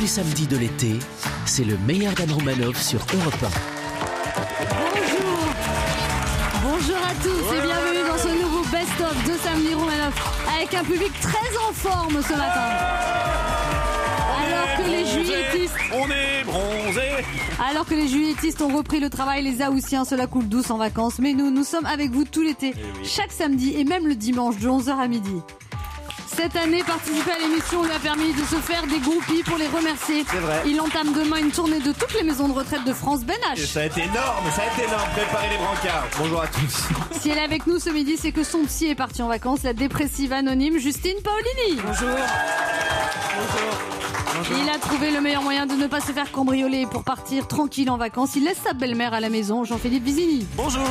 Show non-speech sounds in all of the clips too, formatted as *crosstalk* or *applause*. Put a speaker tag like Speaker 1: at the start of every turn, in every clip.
Speaker 1: les samedis de l'été, c'est le meilleur d'Anne Romanov sur Europe 1.
Speaker 2: Bonjour Bonjour à tous et bienvenue dans ce nouveau best-of de Samedi Romanov avec un public très en forme ce matin. Alors que les juilletistes,
Speaker 3: On est bronzé
Speaker 2: alors que les juilletistes ont repris le travail, les Aoussiens cela coule douce en vacances, mais nous, nous sommes avec vous tout
Speaker 4: Eh
Speaker 2: l'été, chaque samedi et même le dimanche de 11h à midi. Cette année, participer à l'émission lui a permis de se faire des groupies pour les remercier.
Speaker 4: vrai.
Speaker 2: Il entame demain une tournée de toutes les maisons de retraite de France Ben H.
Speaker 4: Et ça a été énorme, ça a été énorme. Préparez les brancards. Bonjour à tous.
Speaker 2: Si elle est avec nous ce midi, c'est que son psy est parti en vacances, la dépressive anonyme Justine Paolini. Bonjour. Il a trouvé le meilleur moyen de ne pas se faire cambrioler pour partir tranquille en vacances. Il laisse sa belle-mère à la maison, Jean-Philippe Vizini.
Speaker 3: Bonjour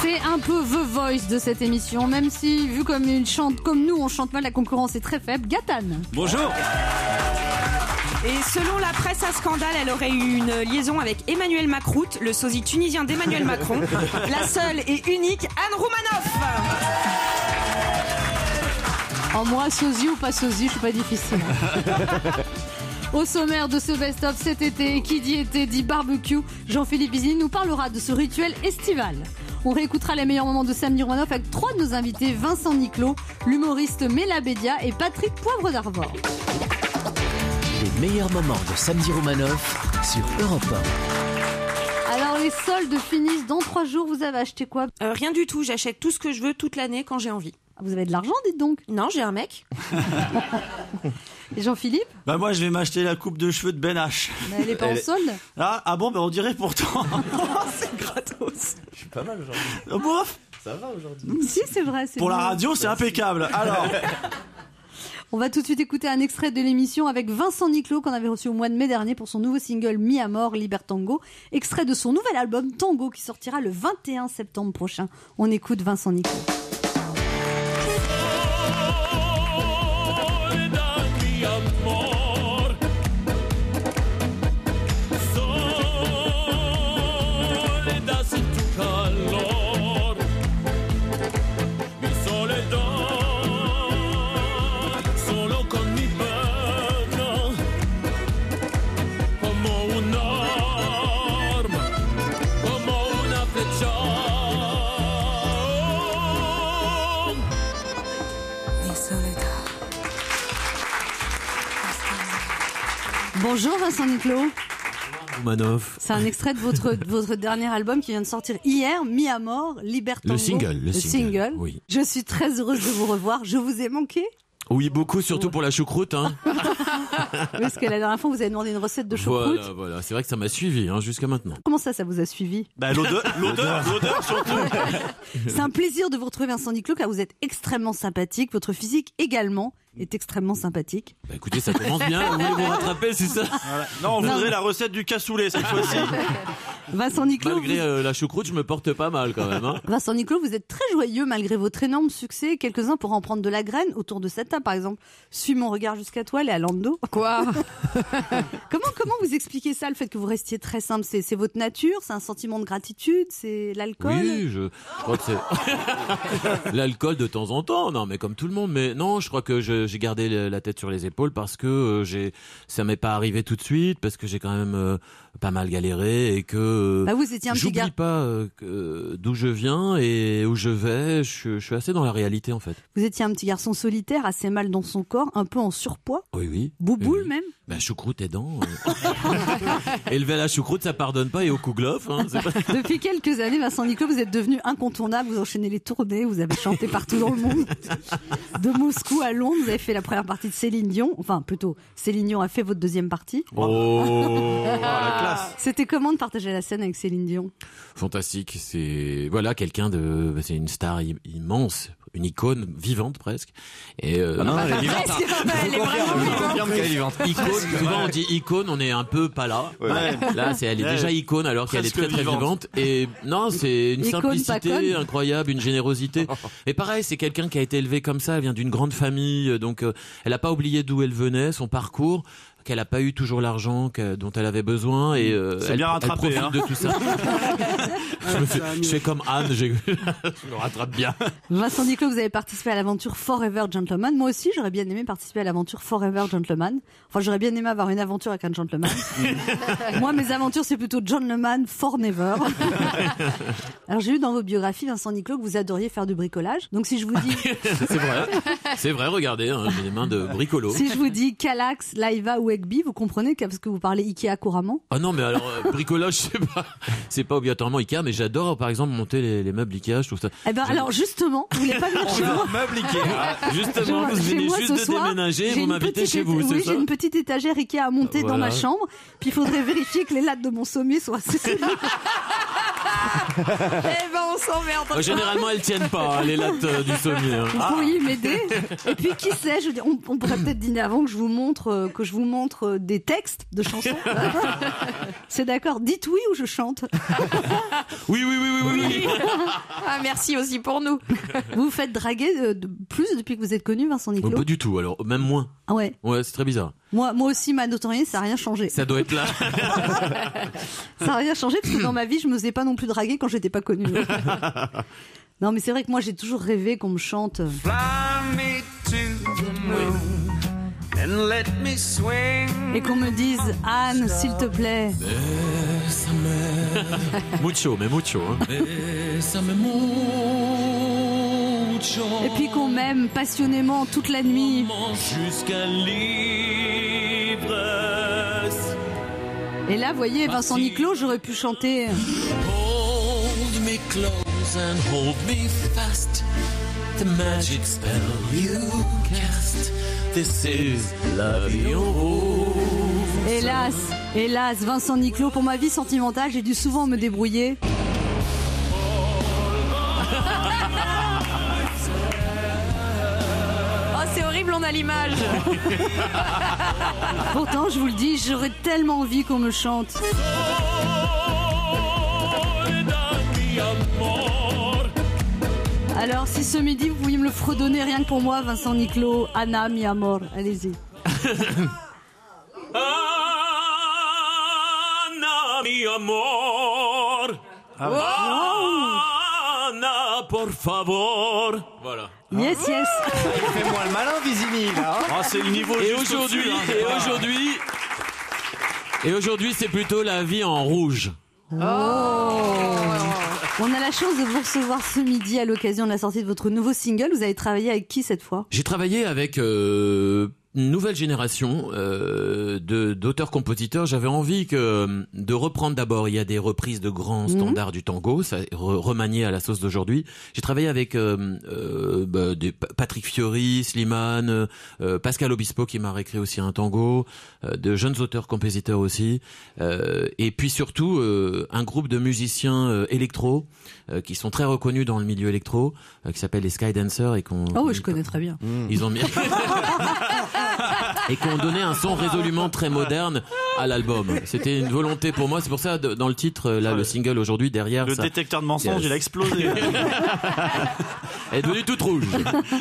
Speaker 2: C'est un peu The Voice de cette émission, même si, vu comme une chante, comme nous, on chante mal, la concurrence est très faible. Gatane.
Speaker 3: Bonjour
Speaker 5: Et selon la presse à scandale, elle aurait eu une liaison avec Emmanuel Macroute, le sosie tunisien d'Emmanuel Macron, *laughs* la seule et unique Anne Roumanoff.
Speaker 2: En moi, sosie ou pas sosie, je suis pas difficile. Au sommaire de ce best-of cet été, qui dit été dit barbecue, Jean-Philippe Vizini nous parlera de ce rituel estival. On réécoutera les meilleurs moments de Samedi Romanoff avec trois de nos invités, Vincent Niclot, l'humoriste Mela Bédia et Patrick Poivre d'Arvor.
Speaker 1: Les meilleurs moments de Samedi Romanov sur Europe
Speaker 2: Alors les soldes finissent dans trois jours, vous avez acheté quoi Ah,
Speaker 5: Euh, rien du tout, j'achète tout ce que je veux toute l'année quand j'ai envie.
Speaker 2: Vous avez de l'argent, dites donc.
Speaker 5: Non, j'ai un mec.
Speaker 2: Et Jean-Philippe
Speaker 6: Bah moi je vais m'acheter la coupe de cheveux de Ben H.
Speaker 2: Mais Elle est pas en solde
Speaker 6: Ah, ah bon bah on dirait
Speaker 5: *laughs*
Speaker 6: pourtant.
Speaker 5: Oh, C'est gratos.
Speaker 4: Pas mal aujourd'hui.
Speaker 6: Oh, bof.
Speaker 4: Ça va aujourd'hui.
Speaker 2: Si, c'est vrai. c'est
Speaker 6: Pour la
Speaker 2: vrai.
Speaker 6: radio c'est impeccable.
Speaker 3: *laughs*
Speaker 6: Alors
Speaker 2: On va tout de suite écouter un extrait de l'émission avec Vincent Niclot qu'on avait reçu au mois de mai dernier pour son nouveau single Mis à mort, Libertango, extrait de son nouvel album Tango qui sortira le 21 septembre prochain. On écoute Vincent Niclot.
Speaker 7: soledad sin tu calor, mi soledad, solo con mi pena, como un arma, como una flecha.
Speaker 2: Bonjour Vincent Niclot. C'est un extrait de *laughs* votre, de votre dernier album qui vient de sortir hier, Mis à mort, Libertango.
Speaker 8: Le single, le single, oui.
Speaker 2: Je suis très heureuse de vous revoir. Je vous ai manqué
Speaker 8: Oui, beaucoup, surtout pour la choucroute. Hein.
Speaker 2: parce que la dernière fois vous avez demandé une recette de choucroute.
Speaker 8: voilà, voilà. C'est vrai que ça m'a suivi hein, jusqu'à maintenant.
Speaker 2: Comment ça, ça vous a suivi
Speaker 6: bah, l'odeur, l'odeur, l'odeur surtout.
Speaker 2: C'est un plaisir de vous retrouver Vincent Niclot car vous êtes extrêmement sympathique, votre physique également est extrêmement sympathique.
Speaker 8: Bah écoutez, ça commence bien. Vous voulez vous rattraper, c'est
Speaker 2: *laughs*
Speaker 8: ça
Speaker 6: Voilà. Non, on voudrait la recette du cassoulet cette fois-ci.
Speaker 2: Vincent Niclot,
Speaker 8: Malgré
Speaker 2: vous...
Speaker 8: euh, la choucroute, je me porte pas mal quand même. Hein.
Speaker 2: Vincent Niclot, vous êtes très joyeux malgré votre énorme succès. Quelques-uns pour en prendre de la graine autour de cette table, par exemple. Suis mon regard jusqu'à toi, Léa Lando.
Speaker 5: Quoi
Speaker 2: *laughs* Comment, comment vous expliquez ça, le fait que vous restiez très simple C'est c'est votre nature C'est un sentiment de gratitude C'est l'alcool
Speaker 8: Oui, je, je crois que c'est *laughs* l'alcool de temps en temps. Non, mais comme tout le monde. Mais non, je crois que je- j'ai gardé le- la tête sur les épaules parce que euh, j'ai ça m'est pas arrivé tout de suite parce que j'ai quand même euh, pas mal galéré et que euh,
Speaker 2: Bah, vous étiez un petit
Speaker 8: J'oublie
Speaker 2: gars.
Speaker 8: pas euh, que- euh, d'où je viens et où je vais. Je, je suis assez dans la réalité en fait.
Speaker 2: Vous étiez un petit garçon solitaire, assez mal dans son corps, un peu en surpoids,
Speaker 8: Oui, oui.
Speaker 2: bouboule
Speaker 8: Oui.
Speaker 2: même.
Speaker 8: Bah, choucroute et dents. euh. *laughs* Élever la choucroute, ça pardonne pas et au kouglof. Hein, c'est pas-
Speaker 2: Depuis quelques années, Vincent Niclot, vous êtes devenu incontournable. Vous enchaînez les tournées, vous avez chanté partout dans le monde. De Moscou à Londres, vous avez fait la première partie de Céline Dion. Enfin, plutôt, Céline Dion a fait votre deuxième partie.
Speaker 8: Oh,
Speaker 6: Ah, la classe.
Speaker 2: C'était comment de partager la scène avec Céline Dion
Speaker 8: *laughs* fantastique. C'est voilà quelqu'un de, ben, c'est une star im- immense, une icône vivante presque. Et euh,
Speaker 4: Non, elle est vivante.
Speaker 5: Presque, enfin, elle est vraiment
Speaker 4: Je vous
Speaker 5: vivante.
Speaker 4: confirme qu'elle est vivante.
Speaker 8: icône. Souvent on dit icône, on est un peu pas là.
Speaker 6: Ouais.
Speaker 8: Là, c'est elle est
Speaker 6: Ouais.
Speaker 8: déjà icône alors qu'elle est
Speaker 6: Presque
Speaker 8: très très
Speaker 6: vivante.
Speaker 8: vivante. Et non, c'est une
Speaker 2: Icône, pas
Speaker 8: simplicité
Speaker 2: conne.
Speaker 8: incroyable,
Speaker 6: *laughs*
Speaker 8: une générosité. Et pareil, c'est quelqu'un qui a été élevé comme ça. Elle vient d'une grande famille, donc euh, elle a pas oublié d'où elle venait, son parcours. qu'elle a pas eu toujours l'argent que- dont elle avait besoin et euh,
Speaker 6: C'est
Speaker 8: elle,
Speaker 6: bien rattrapé,
Speaker 8: elle
Speaker 6: hein.
Speaker 8: profite de
Speaker 6: *laughs*
Speaker 8: tout ça. je, me fais, je fais comme Anne, j'ai- *laughs* je me rattrape bien.
Speaker 2: Vincent Diclot, vous avez participé à l'aventure Forever Gentleman. Moi aussi, j'aurais bien aimé participer à l'aventure Forever Gentleman. Enfin, j'aurais bien aimé avoir une aventure avec un gentleman. Moi, mes aventures, c'est plutôt gentleman forever. *laughs* Alors, j'ai lu dans vos biographies, Vincent Diclot, que vous adoriez faire du bricolage. Donc, si je vous dis,
Speaker 8: C'est vrai, hein. c'est vrai. Regardez, hein, j'ai les mains de bricolo.
Speaker 2: si je vous dis Calax, Laiva ou Egby, vous comprenez que- parce que vous parlez Ikea couramment.
Speaker 8: Ah non, mais alors euh, bricolage, c'est pas, c'est pas obligatoirement Ikea, mais j'adore par exemple monter les, les meubles Ikea. Je trouve ça.
Speaker 2: Eh ben, alors, justement, vous voulez pas venir chez moi?
Speaker 4: Meuble Ikea.
Speaker 8: Ah, Justement, vous
Speaker 2: Je- Ah. chez
Speaker 8: venez
Speaker 2: moi,
Speaker 8: juste
Speaker 2: ce
Speaker 8: de
Speaker 2: soir,
Speaker 8: déménager,
Speaker 2: j'ai
Speaker 8: vous
Speaker 2: une
Speaker 8: m'invitez
Speaker 2: petite
Speaker 8: chez
Speaker 2: éta-
Speaker 8: vous, c'est
Speaker 2: Oui,
Speaker 8: ça
Speaker 2: j'ai une petite étagère Ikea à monter dans
Speaker 8: Voilà.
Speaker 2: ma chambre. Puis
Speaker 8: *laughs*
Speaker 2: il faudrait vérifier que les lattes de mon sommier soient assez solides.
Speaker 5: *laughs*
Speaker 8: Ah.
Speaker 5: Eh ben, on s'emmerde.
Speaker 3: Oh,
Speaker 8: Euh, Généralement, elles tiennent pas hein, les lattes euh, du sommier. hein.
Speaker 2: Vous pourriez m'aider. Et puis qui sait, je veux dire, on, on pourrait peut-être dîner avant que je vous montre euh, que je vous montre euh, des textes
Speaker 8: *laughs*
Speaker 2: de chansons. C'est d'accord. Dites oui ou je chante.
Speaker 8: Oui, oui, oui, oui, oui. oui.
Speaker 5: Ah, merci aussi pour nous.
Speaker 2: Vous vous faites draguer euh, de, plus depuis que vous êtes connu, Vincent
Speaker 8: Oh,
Speaker 2: Niclot.
Speaker 8: pas du tout. Alors, même moins.
Speaker 2: Ah ouais.
Speaker 8: Ouais, c'est très bizarre.
Speaker 2: Moi, moi aussi, ma notoriété, ça n'a rien changé.
Speaker 8: Ça doit être là. *laughs*
Speaker 2: Ça n'a rien changé parce que dans ma vie, je me faisais pas non plus draguer quand j'étais pas connue. Non, mais c'est vrai que moi, j'ai toujours rêvé qu'on me chante. euh,
Speaker 7: Fly me to the moon and let me swing.
Speaker 2: et qu'on me dise Anne, s'il te plaît,
Speaker 8: mucho, mais mucho. hein.
Speaker 2: et puis qu'on m'aime passionnément toute la nuit,
Speaker 7: Jusqu'à l'ivresse.
Speaker 2: et là, vous voyez, Vincent Niclot, j'aurais pu chanter. euh,
Speaker 7: Hold me close and hold me fast. The magic spell you cast. This is love
Speaker 2: Hélas, hélas, Vincent Niclot, pour ma vie sentimentale, j'ai dû souvent me débrouiller.
Speaker 5: Oh, c'est horrible, on a l'image.
Speaker 2: Pourtant, je vous le dis, j'aurais tellement envie qu'on me chante. Alors, si ce midi vous pouviez me le fredonner rien que pour moi, Vincent Niclot, Anna, mi amor, allez-y.
Speaker 6: Anna, mi amor.
Speaker 8: Ah, bah.
Speaker 6: Anna, por favor. Voilà.
Speaker 2: Yes, yes.
Speaker 4: Fais-moi le malin, Vizini, là. hein.
Speaker 6: Ah, c'est le niveau
Speaker 8: Et
Speaker 6: juste
Speaker 8: aujourd'hui,
Speaker 6: au-dessus, hein.
Speaker 8: et aujourd'hui, et aujourd'hui, c'est plutôt la vie en rouge.
Speaker 2: On a la chance de vous recevoir ce midi à l'occasion de la sortie de votre nouveau single. Vous avez travaillé avec qui cette fois
Speaker 8: J'ai travaillé avec euh, une nouvelle génération euh, de d'auteurs-compositeurs. J'avais envie que euh, de reprendre d'abord. Il y a des reprises de grands
Speaker 2: Mhm.
Speaker 8: standards du tango, ça re- remanié à la sauce d'aujourd'hui. J'ai travaillé avec euh, euh, bah, des Pa- Patrick Fiori, Slimane, euh, euh, Pascal Obispo qui m'a réécrit aussi un tango, euh, de jeunes auteurs-compositeurs aussi, euh, et puis surtout euh, un groupe de musiciens euh, électro euh, qui sont très reconnus dans le milieu électro, euh, qui s'appelle les Sky Dancers et qu'on
Speaker 2: Oh, oui, je connais très bien.
Speaker 8: ils ont mis *laughs* et qu'on donnait un son résolument très moderne à l'album. C'était une volonté pour moi. C'est pour ça de- dans le titre euh, là le single aujourd'hui derrière
Speaker 6: Le
Speaker 8: ça
Speaker 6: détecteur de mensonges,
Speaker 8: Yes.
Speaker 6: il a
Speaker 3: *laughs*
Speaker 6: explosé.
Speaker 8: est devenu toute rouge. *laughs*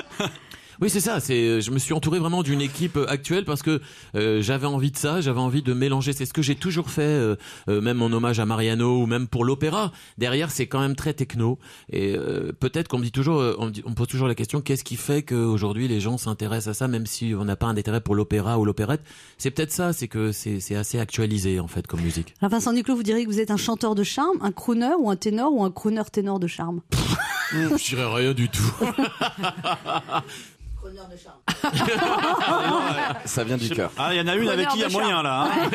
Speaker 8: Oui, c'est ça. C'est, je me suis entouré vraiment d'une équipe euh, actuelle parce que euh, j'avais envie de ça. J'avais envie de mélanger. C'est ce que j'ai toujours fait, euh, euh, même en hommage à Mariano ou même pour l'opéra. Derrière, c'est quand même très techno. Et euh, peut-être qu'on me dit toujours, euh, on, me dit- on me pose toujours la question qu'est-ce qui fait qu'aujourd'hui les gens s'intéressent à ça, même si on n'a pas un intérêt pour l'opéra ou l'opérette. C'est peut-être ça. C'est que c'est, c'est assez actualisé en fait comme musique.
Speaker 2: Alors Vincent Duclos, vous diriez que vous êtes un chanteur de charme, un crooner ou un ténor ou un crooner ténor de charme
Speaker 8: Je dirais rien du tout.
Speaker 4: Ça vient du cœur.
Speaker 6: Ah, il y en a une avec qui il y a moyen, là. hein.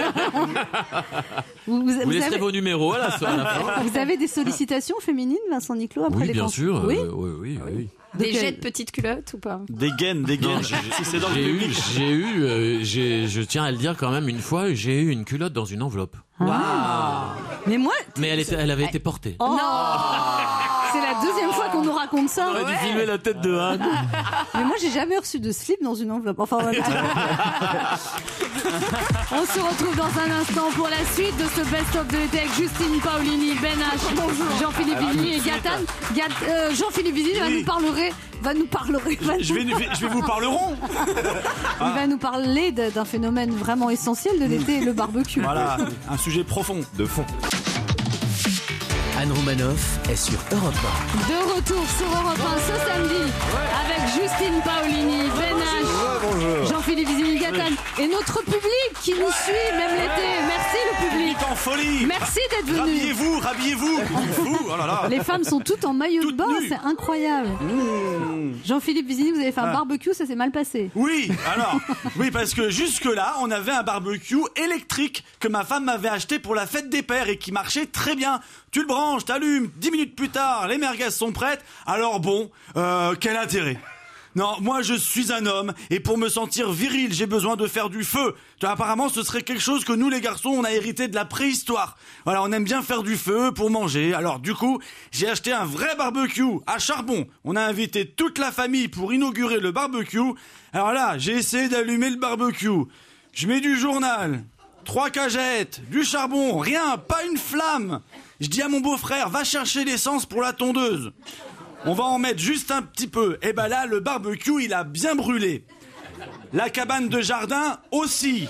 Speaker 2: Vous, vous-
Speaker 8: Vous
Speaker 2: vous
Speaker 8: laisserez
Speaker 2: avez,
Speaker 8: vos numéros à la, à la fin.
Speaker 2: *laughs* vous avez des sollicitations féminines, Vincent Duclos, après
Speaker 8: Oui,
Speaker 2: les
Speaker 8: bien
Speaker 2: concerts
Speaker 8: sûr.
Speaker 2: Oui.
Speaker 8: euh, oui, oui, oui.
Speaker 2: De
Speaker 5: Des
Speaker 2: quel-
Speaker 5: jets de petites culottes ou pas
Speaker 6: Des gaines, des gaines. Si c'est dans le
Speaker 8: J'ai eu,
Speaker 6: public.
Speaker 8: j'ai eu, euh, j'ai- je tiens à le dire quand même une fois, j'ai eu une culotte dans une enveloppe.
Speaker 2: Mais moi, oh,
Speaker 8: Mais elle, était- elle avait été portée.
Speaker 2: *laughs* c'est la deuxième fois qu'on nous raconte ça.
Speaker 8: J'aurais dû filmer la tête de Anne.
Speaker 2: Mais moi, j'ai jamais reçu de slip dans une enveloppe. Enfin
Speaker 8: *laughs*
Speaker 2: voilà. *laughs* On se retrouve dans un instant pour la suite de ce best-of de l'été avec Justine Paolini, Ben H, Jean-Philippe Vigny et Gaëtan. Gat- euh, Jean-Philippe Vigny va nous parler, va nous parler. va
Speaker 3: Je vais,
Speaker 2: nous-
Speaker 3: je vais vous parlerons.
Speaker 2: Il
Speaker 8: Ah.
Speaker 2: va nous parler de- d'un phénomène vraiment essentiel de l'été, le barbecue.
Speaker 3: Voilà, un sujet profond.
Speaker 4: De fond.
Speaker 1: Anne Romanoff est sur Europe
Speaker 2: De retour sur Europe 1 ce samedi avec Justine Paolini, Ben H, Jean-Philippe Zinigatane et notre public qui nous suit même l'été. Merci le
Speaker 3: Public
Speaker 2: public.
Speaker 3: en folie.
Speaker 2: Merci d'être venu.
Speaker 3: Rhabillez-vous, rhabillez-vous.
Speaker 5: *laughs*
Speaker 3: Vous, oh là là.
Speaker 2: Les femmes sont toutes en maillot de
Speaker 3: Toutes
Speaker 2: bain,
Speaker 3: nues. Mmh.
Speaker 2: c'est incroyable. Jean-Philippe Vizini, vous avez
Speaker 3: Ah.
Speaker 2: fait un barbecue, ça s'est mal passé.
Speaker 3: Oui, alors, oui, parce que jusque-là, on avait un barbecue électrique que ma femme m'avait acheté pour la fête des pères et qui marchait très bien. Tu le branches, t'allumes, dix minutes plus tard, les merguez sont prêtes. Alors bon, euh, quel intérêt non, moi je suis un homme et pour me sentir viril, j'ai besoin de faire du feu. Tu vois, apparemment, ce serait quelque chose que nous les garçons, on a hérité de la préhistoire. Voilà, on aime bien faire du feu pour manger. Alors du coup, j'ai acheté un vrai barbecue à charbon. On a invité toute la famille pour inaugurer le barbecue. Alors là, j'ai essayé d'allumer le barbecue. Je mets du journal, trois cagettes, du charbon, rien, pas une flamme. Je dis à mon beau-frère, va chercher l'essence pour la tondeuse. On va en mettre juste un petit peu. Et ben là, le barbecue, il a bien brûlé. La cabane de jardin aussi.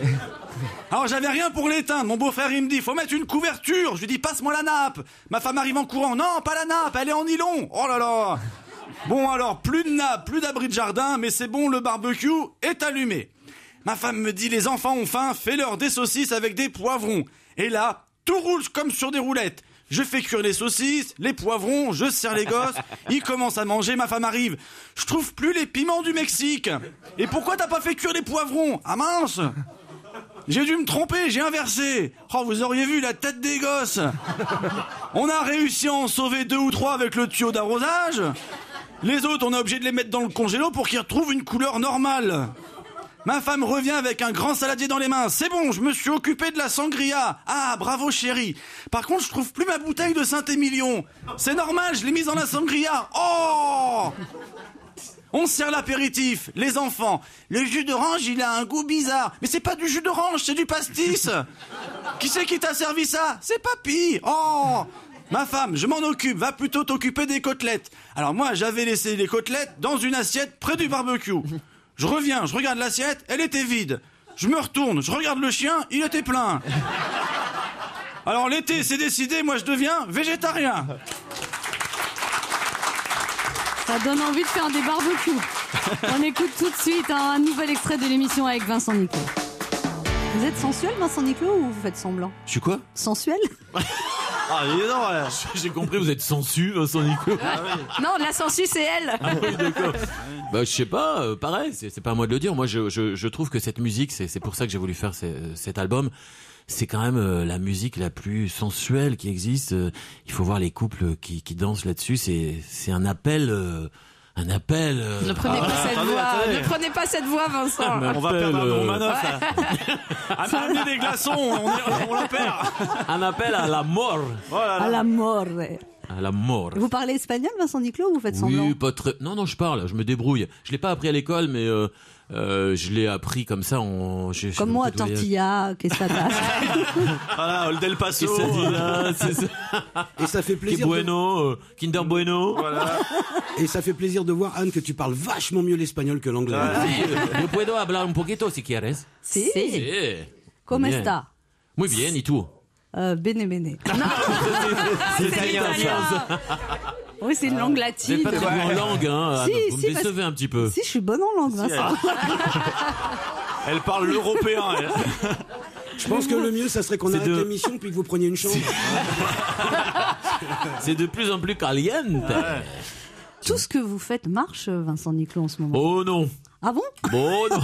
Speaker 3: Alors j'avais rien pour l'éteindre. Mon beau-frère, il me dit, faut mettre une couverture. Je lui dis, passe-moi la nappe. Ma femme arrive en courant. Non, pas la nappe, elle est en nylon. Oh là là. Bon alors, plus de nappe, plus d'abri de jardin, mais c'est bon, le barbecue est allumé. Ma femme me dit, les enfants ont faim, fais-leur des saucisses avec des poivrons. Et là, tout roule comme sur des roulettes. Je fais cuire les saucisses, les poivrons, je sers les gosses, ils commencent à manger, ma femme arrive. Je trouve plus les piments du Mexique. Et pourquoi t'as pas fait cuire les poivrons Ah mince j'ai dû me tromper, j'ai inversé. Oh, vous auriez vu la tête des gosses. On a réussi à en sauver deux ou trois avec le tuyau d'arrosage. Les autres, on est obligé de les mettre dans le congélo pour qu'ils retrouvent une couleur normale. Ma femme revient avec un grand saladier dans les mains. C'est bon, je me suis occupé de la sangria. Ah, bravo chérie. Par contre, je trouve plus ma bouteille de Saint-Émilion. C'est normal, je l'ai mise dans la sangria. Oh on sert l'apéritif, les enfants. Le jus d'orange, il a un goût bizarre. Mais c'est pas du jus d'orange, c'est du pastis. qui c'est qui t'a servi ça C'est papy. Oh Ma femme, je m'en occupe, va plutôt t'occuper des côtelettes. Alors moi, j'avais laissé les côtelettes dans une assiette près du barbecue. Je reviens, je regarde l'assiette, elle était vide. Je me retourne, je regarde le chien, il était plein. Alors l'été, c'est décidé, moi je deviens végétarien.
Speaker 2: Ça donne envie de faire des barbecues.
Speaker 3: *laughs*
Speaker 2: On écoute tout de suite un nouvel extrait de l'émission avec Vincent Niclot. Vous êtes sensuel, Vincent Niclot, ou vous faites semblant
Speaker 8: Je suis quoi
Speaker 2: Sensuel
Speaker 4: Ah, évidemment, là.
Speaker 8: *laughs* J'ai compris, vous êtes sensu, Vincent Nico.
Speaker 3: Bah.
Speaker 5: Non, la sensu, c'est
Speaker 3: Ah
Speaker 5: elle.
Speaker 8: Bah, je sais pas, euh, pareil, c'est c'est pas à moi de le dire. Moi, je, je, je trouve que cette musique, c'est c'est pour ça que j'ai voulu faire ce- cet album. C'est quand même euh, la musique la plus sensuelle qui existe. Euh, il faut voir les couples qui, qui dansent là-dessus. C'est c'est un appel, euh, un appel. euh,
Speaker 5: Ne prenez pas cette
Speaker 3: attendez,
Speaker 5: voix.
Speaker 3: attendez. Bah,
Speaker 5: Ne prenez pas cette voix, Vincent.
Speaker 8: Un
Speaker 3: On va
Speaker 8: appel,
Speaker 3: perdre un
Speaker 8: euh,
Speaker 3: bon manœuvre. Amenez des glaçons, on, est- on la perd.
Speaker 8: un appel à la mort,
Speaker 2: À la mort. ouais.
Speaker 8: à la mort.
Speaker 2: Vous parlez espagnol, Vincent Niclot, ou vous faites semblant
Speaker 8: Oui, pas très. Non, non, je parle, je me débrouille. Je l'ai pas appris à l'école, mais euh, euh, je l'ai appris comme ça. En... j'ai- j'ai
Speaker 2: Comme moi,
Speaker 8: beaucoup de *laughs* voyages.
Speaker 2: tortilla, qu'est-ce que ça passe *laughs*
Speaker 3: Voilà, Ah Old El Paso.
Speaker 8: Qu'est-ce que ça dit là C'est ça.
Speaker 9: Et ça fait
Speaker 8: Qui
Speaker 9: plaisir. de-
Speaker 8: bueno, euh, Kinder Bueno. *laughs*
Speaker 9: Et ça fait plaisir de voir Anne que tu parles vachement mieux l'espagnol que l'anglais.
Speaker 8: Yo puedo hablar un poquito si quieres.
Speaker 2: Si.
Speaker 8: Sí.
Speaker 2: Como
Speaker 8: Bien.
Speaker 2: Eh, está
Speaker 8: Muy bien, et tout.
Speaker 2: Euh, Bene bene.
Speaker 5: Ah, C'est l'italien.
Speaker 2: Oui, c'est une langue
Speaker 8: Ah, Vous
Speaker 2: latine.
Speaker 8: n'êtes pas très bon en langue, hein.
Speaker 2: Si,
Speaker 8: Anne, vous
Speaker 2: si,
Speaker 8: me
Speaker 2: parce-
Speaker 8: décevez un petit peu.
Speaker 2: Euh. Si, je suis bonne en langue, Vincent.
Speaker 3: Elle parle l'européen. elle.
Speaker 9: Je pense que le mieux, ça serait qu'on
Speaker 8: C'est
Speaker 9: arrête
Speaker 8: de-
Speaker 9: l'émission puis que vous preniez une chance.
Speaker 8: C'est de plus en plus caliente.
Speaker 2: Tout ce que vous faites marche, Vincent Niclot, en ce moment.
Speaker 8: Oh non.
Speaker 2: Ah bon
Speaker 8: Bon non.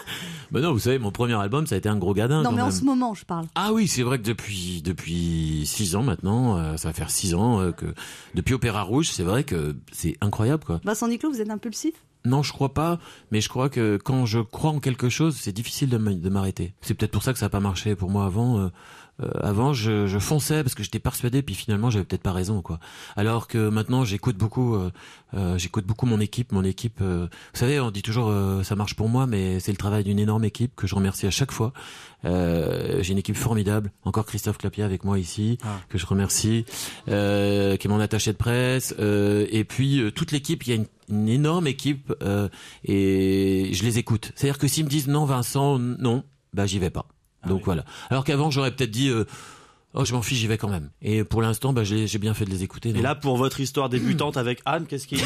Speaker 8: *laughs* Mais non, vous savez, mon premier album, ça a été un gros gadin.
Speaker 2: Non,
Speaker 8: quand
Speaker 2: mais en
Speaker 8: même.
Speaker 2: ce moment, je parle.
Speaker 8: Ah oui, c'est vrai que depuis depuis six ans maintenant, euh, ça va faire six ans euh, que depuis Opéra Rouge, c'est vrai que c'est incroyable quoi.
Speaker 2: Vincent Niclot, vous êtes impulsif
Speaker 8: Non, je crois pas, mais je crois que quand je crois en quelque chose, c'est difficile de m- de m'arrêter. C'est peut-être pour ça que ça n'a pas marché pour moi avant. euh, euh, avant, je, je fonçais parce que j'étais persuadé, puis finalement, j'avais peut-être pas raison, quoi. Alors que maintenant, j'écoute beaucoup, euh, euh, j'écoute beaucoup mon équipe, mon équipe. euh, vous savez, on dit toujours, euh, ça marche pour moi, mais c'est le travail d'une énorme équipe que je remercie à chaque fois. Euh, J'ai une équipe formidable. Encore Christophe Clapier avec moi ici,
Speaker 3: Ah.
Speaker 8: que je remercie, euh, qui est mon attaché de presse, euh, et puis euh, toute l'équipe. Il y a une une énorme équipe euh, et je les écoute. C'est-à-dire que s'ils me disent non Vincent, non, bah j'y vais pas.
Speaker 3: Ah
Speaker 8: Donc voilà. Alors qu'avant j'aurais peut-être dit euh, oh je m'en fiche, j'y vais quand même. Et pour l'instant bah j'ai j'ai bien fait de les écouter.
Speaker 3: Et là, pour votre histoire débutante avec Anne, qu'est-ce
Speaker 8: *laughs*
Speaker 3: qu'il dit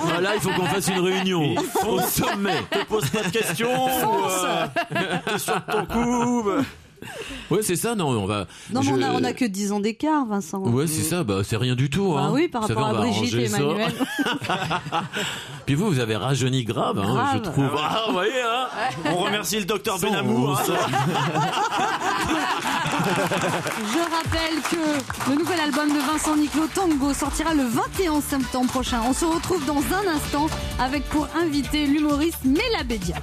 Speaker 8: Voilà, Bah, il faut qu'on fasse une réunion au sommet.
Speaker 3: Te pose pas de questions. euh,
Speaker 2: Fonce.
Speaker 3: T'es sur ton coup.
Speaker 8: Ouais c'est ça non on va.
Speaker 2: Non, mais
Speaker 8: je-
Speaker 2: on a, on a que 10 ans d'écart, Vincent.
Speaker 8: Ouais c'est ça bah c'est rien du tout.
Speaker 2: Bah
Speaker 8: hein.
Speaker 2: oui, par
Speaker 8: Vous savez,
Speaker 2: rapport
Speaker 8: on
Speaker 2: à
Speaker 8: va
Speaker 2: Brigitte et
Speaker 8: arranger ça.
Speaker 2: Emmanuel.
Speaker 8: Puis vous vous avez rajeuni grave, hein,
Speaker 2: Grave.
Speaker 8: je trouve.
Speaker 6: Ah, vous voyez, hein
Speaker 3: On remercie le docteur Benamou. hein.
Speaker 2: Je rappelle que le nouvel album de Vincent Niclot, Tango, sortira le 21 septembre prochain. On se retrouve dans un instant avec pour invité l'humoriste Mela Bédia.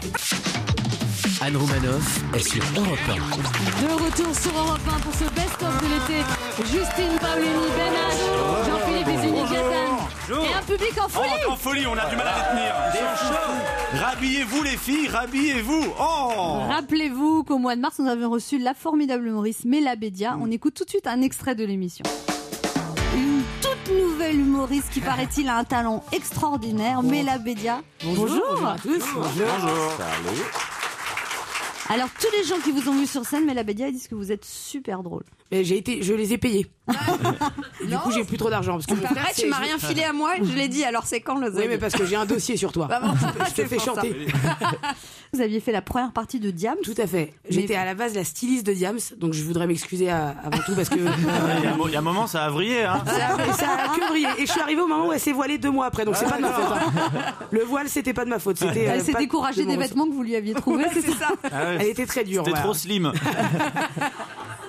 Speaker 1: Anne Romanoff est sur Europe
Speaker 2: De retour sur Europe 1 pour ce best-of de l'été. Justine Paolini, Ben H, Jean-Philippe Vézini, Gaëtan et un public en
Speaker 3: Oh,
Speaker 2: folie.
Speaker 3: en folie, on a du mal à la tenir. Rhabillez-vous les filles, rhabillez-vous. Oh
Speaker 2: Rappelez-vous qu'au mois de mars, nous avions reçu la formidable humoriste Mela Bédia. On écoute tout de suite un extrait de l'émission. Une toute nouvelle humoriste qui, paraît-il, a un talent extraordinaire, Mela Bédia. Bonjour. Alors, tous les gens qui vous ont vu sur scène, Mela Bédia, ils disent que vous êtes super drôle.
Speaker 10: Mais j'ai été, je les ai
Speaker 9: *laughs*
Speaker 10: payés. du coup, j'ai plus trop d'argent parce que mon frère,
Speaker 5: Après,
Speaker 10: c'est-
Speaker 5: Ah, tu m'as rien filé à moi et je l'ai dit, alors c'est quand le
Speaker 10: Oui,
Speaker 5: Zog
Speaker 10: mais parce que j'ai un dossier sur toi.
Speaker 5: Bah, bon,
Speaker 10: je te
Speaker 5: c'est
Speaker 10: fais
Speaker 5: pour ça.
Speaker 10: chanter.
Speaker 2: Vous aviez fait la première partie de Diam.
Speaker 10: Tout à fait. J'étais à la base la styliste de Diams, donc je voudrais m'excuser à- avant
Speaker 5: *laughs*
Speaker 10: tout parce que
Speaker 3: Il y a un mo- il y a un moment, ça a vrillé. Hein.
Speaker 10: ça, a- ça a que brillé. Et je suis arrivée au moment où elle s'est voilée deux mois après, donc c'est pas de
Speaker 5: Ah,
Speaker 10: ma faute. hein. Le voile, c'était pas de ma faute. C'était.
Speaker 2: Elle
Speaker 10: euh,
Speaker 2: s'est
Speaker 10: pas
Speaker 2: découragée
Speaker 10: de mon
Speaker 2: des
Speaker 10: ressort.
Speaker 2: vêtements que vous lui aviez trouvés, c'est ça
Speaker 10: Elle était très dure.
Speaker 3: T'es
Speaker 10: voilà.
Speaker 3: trop slim.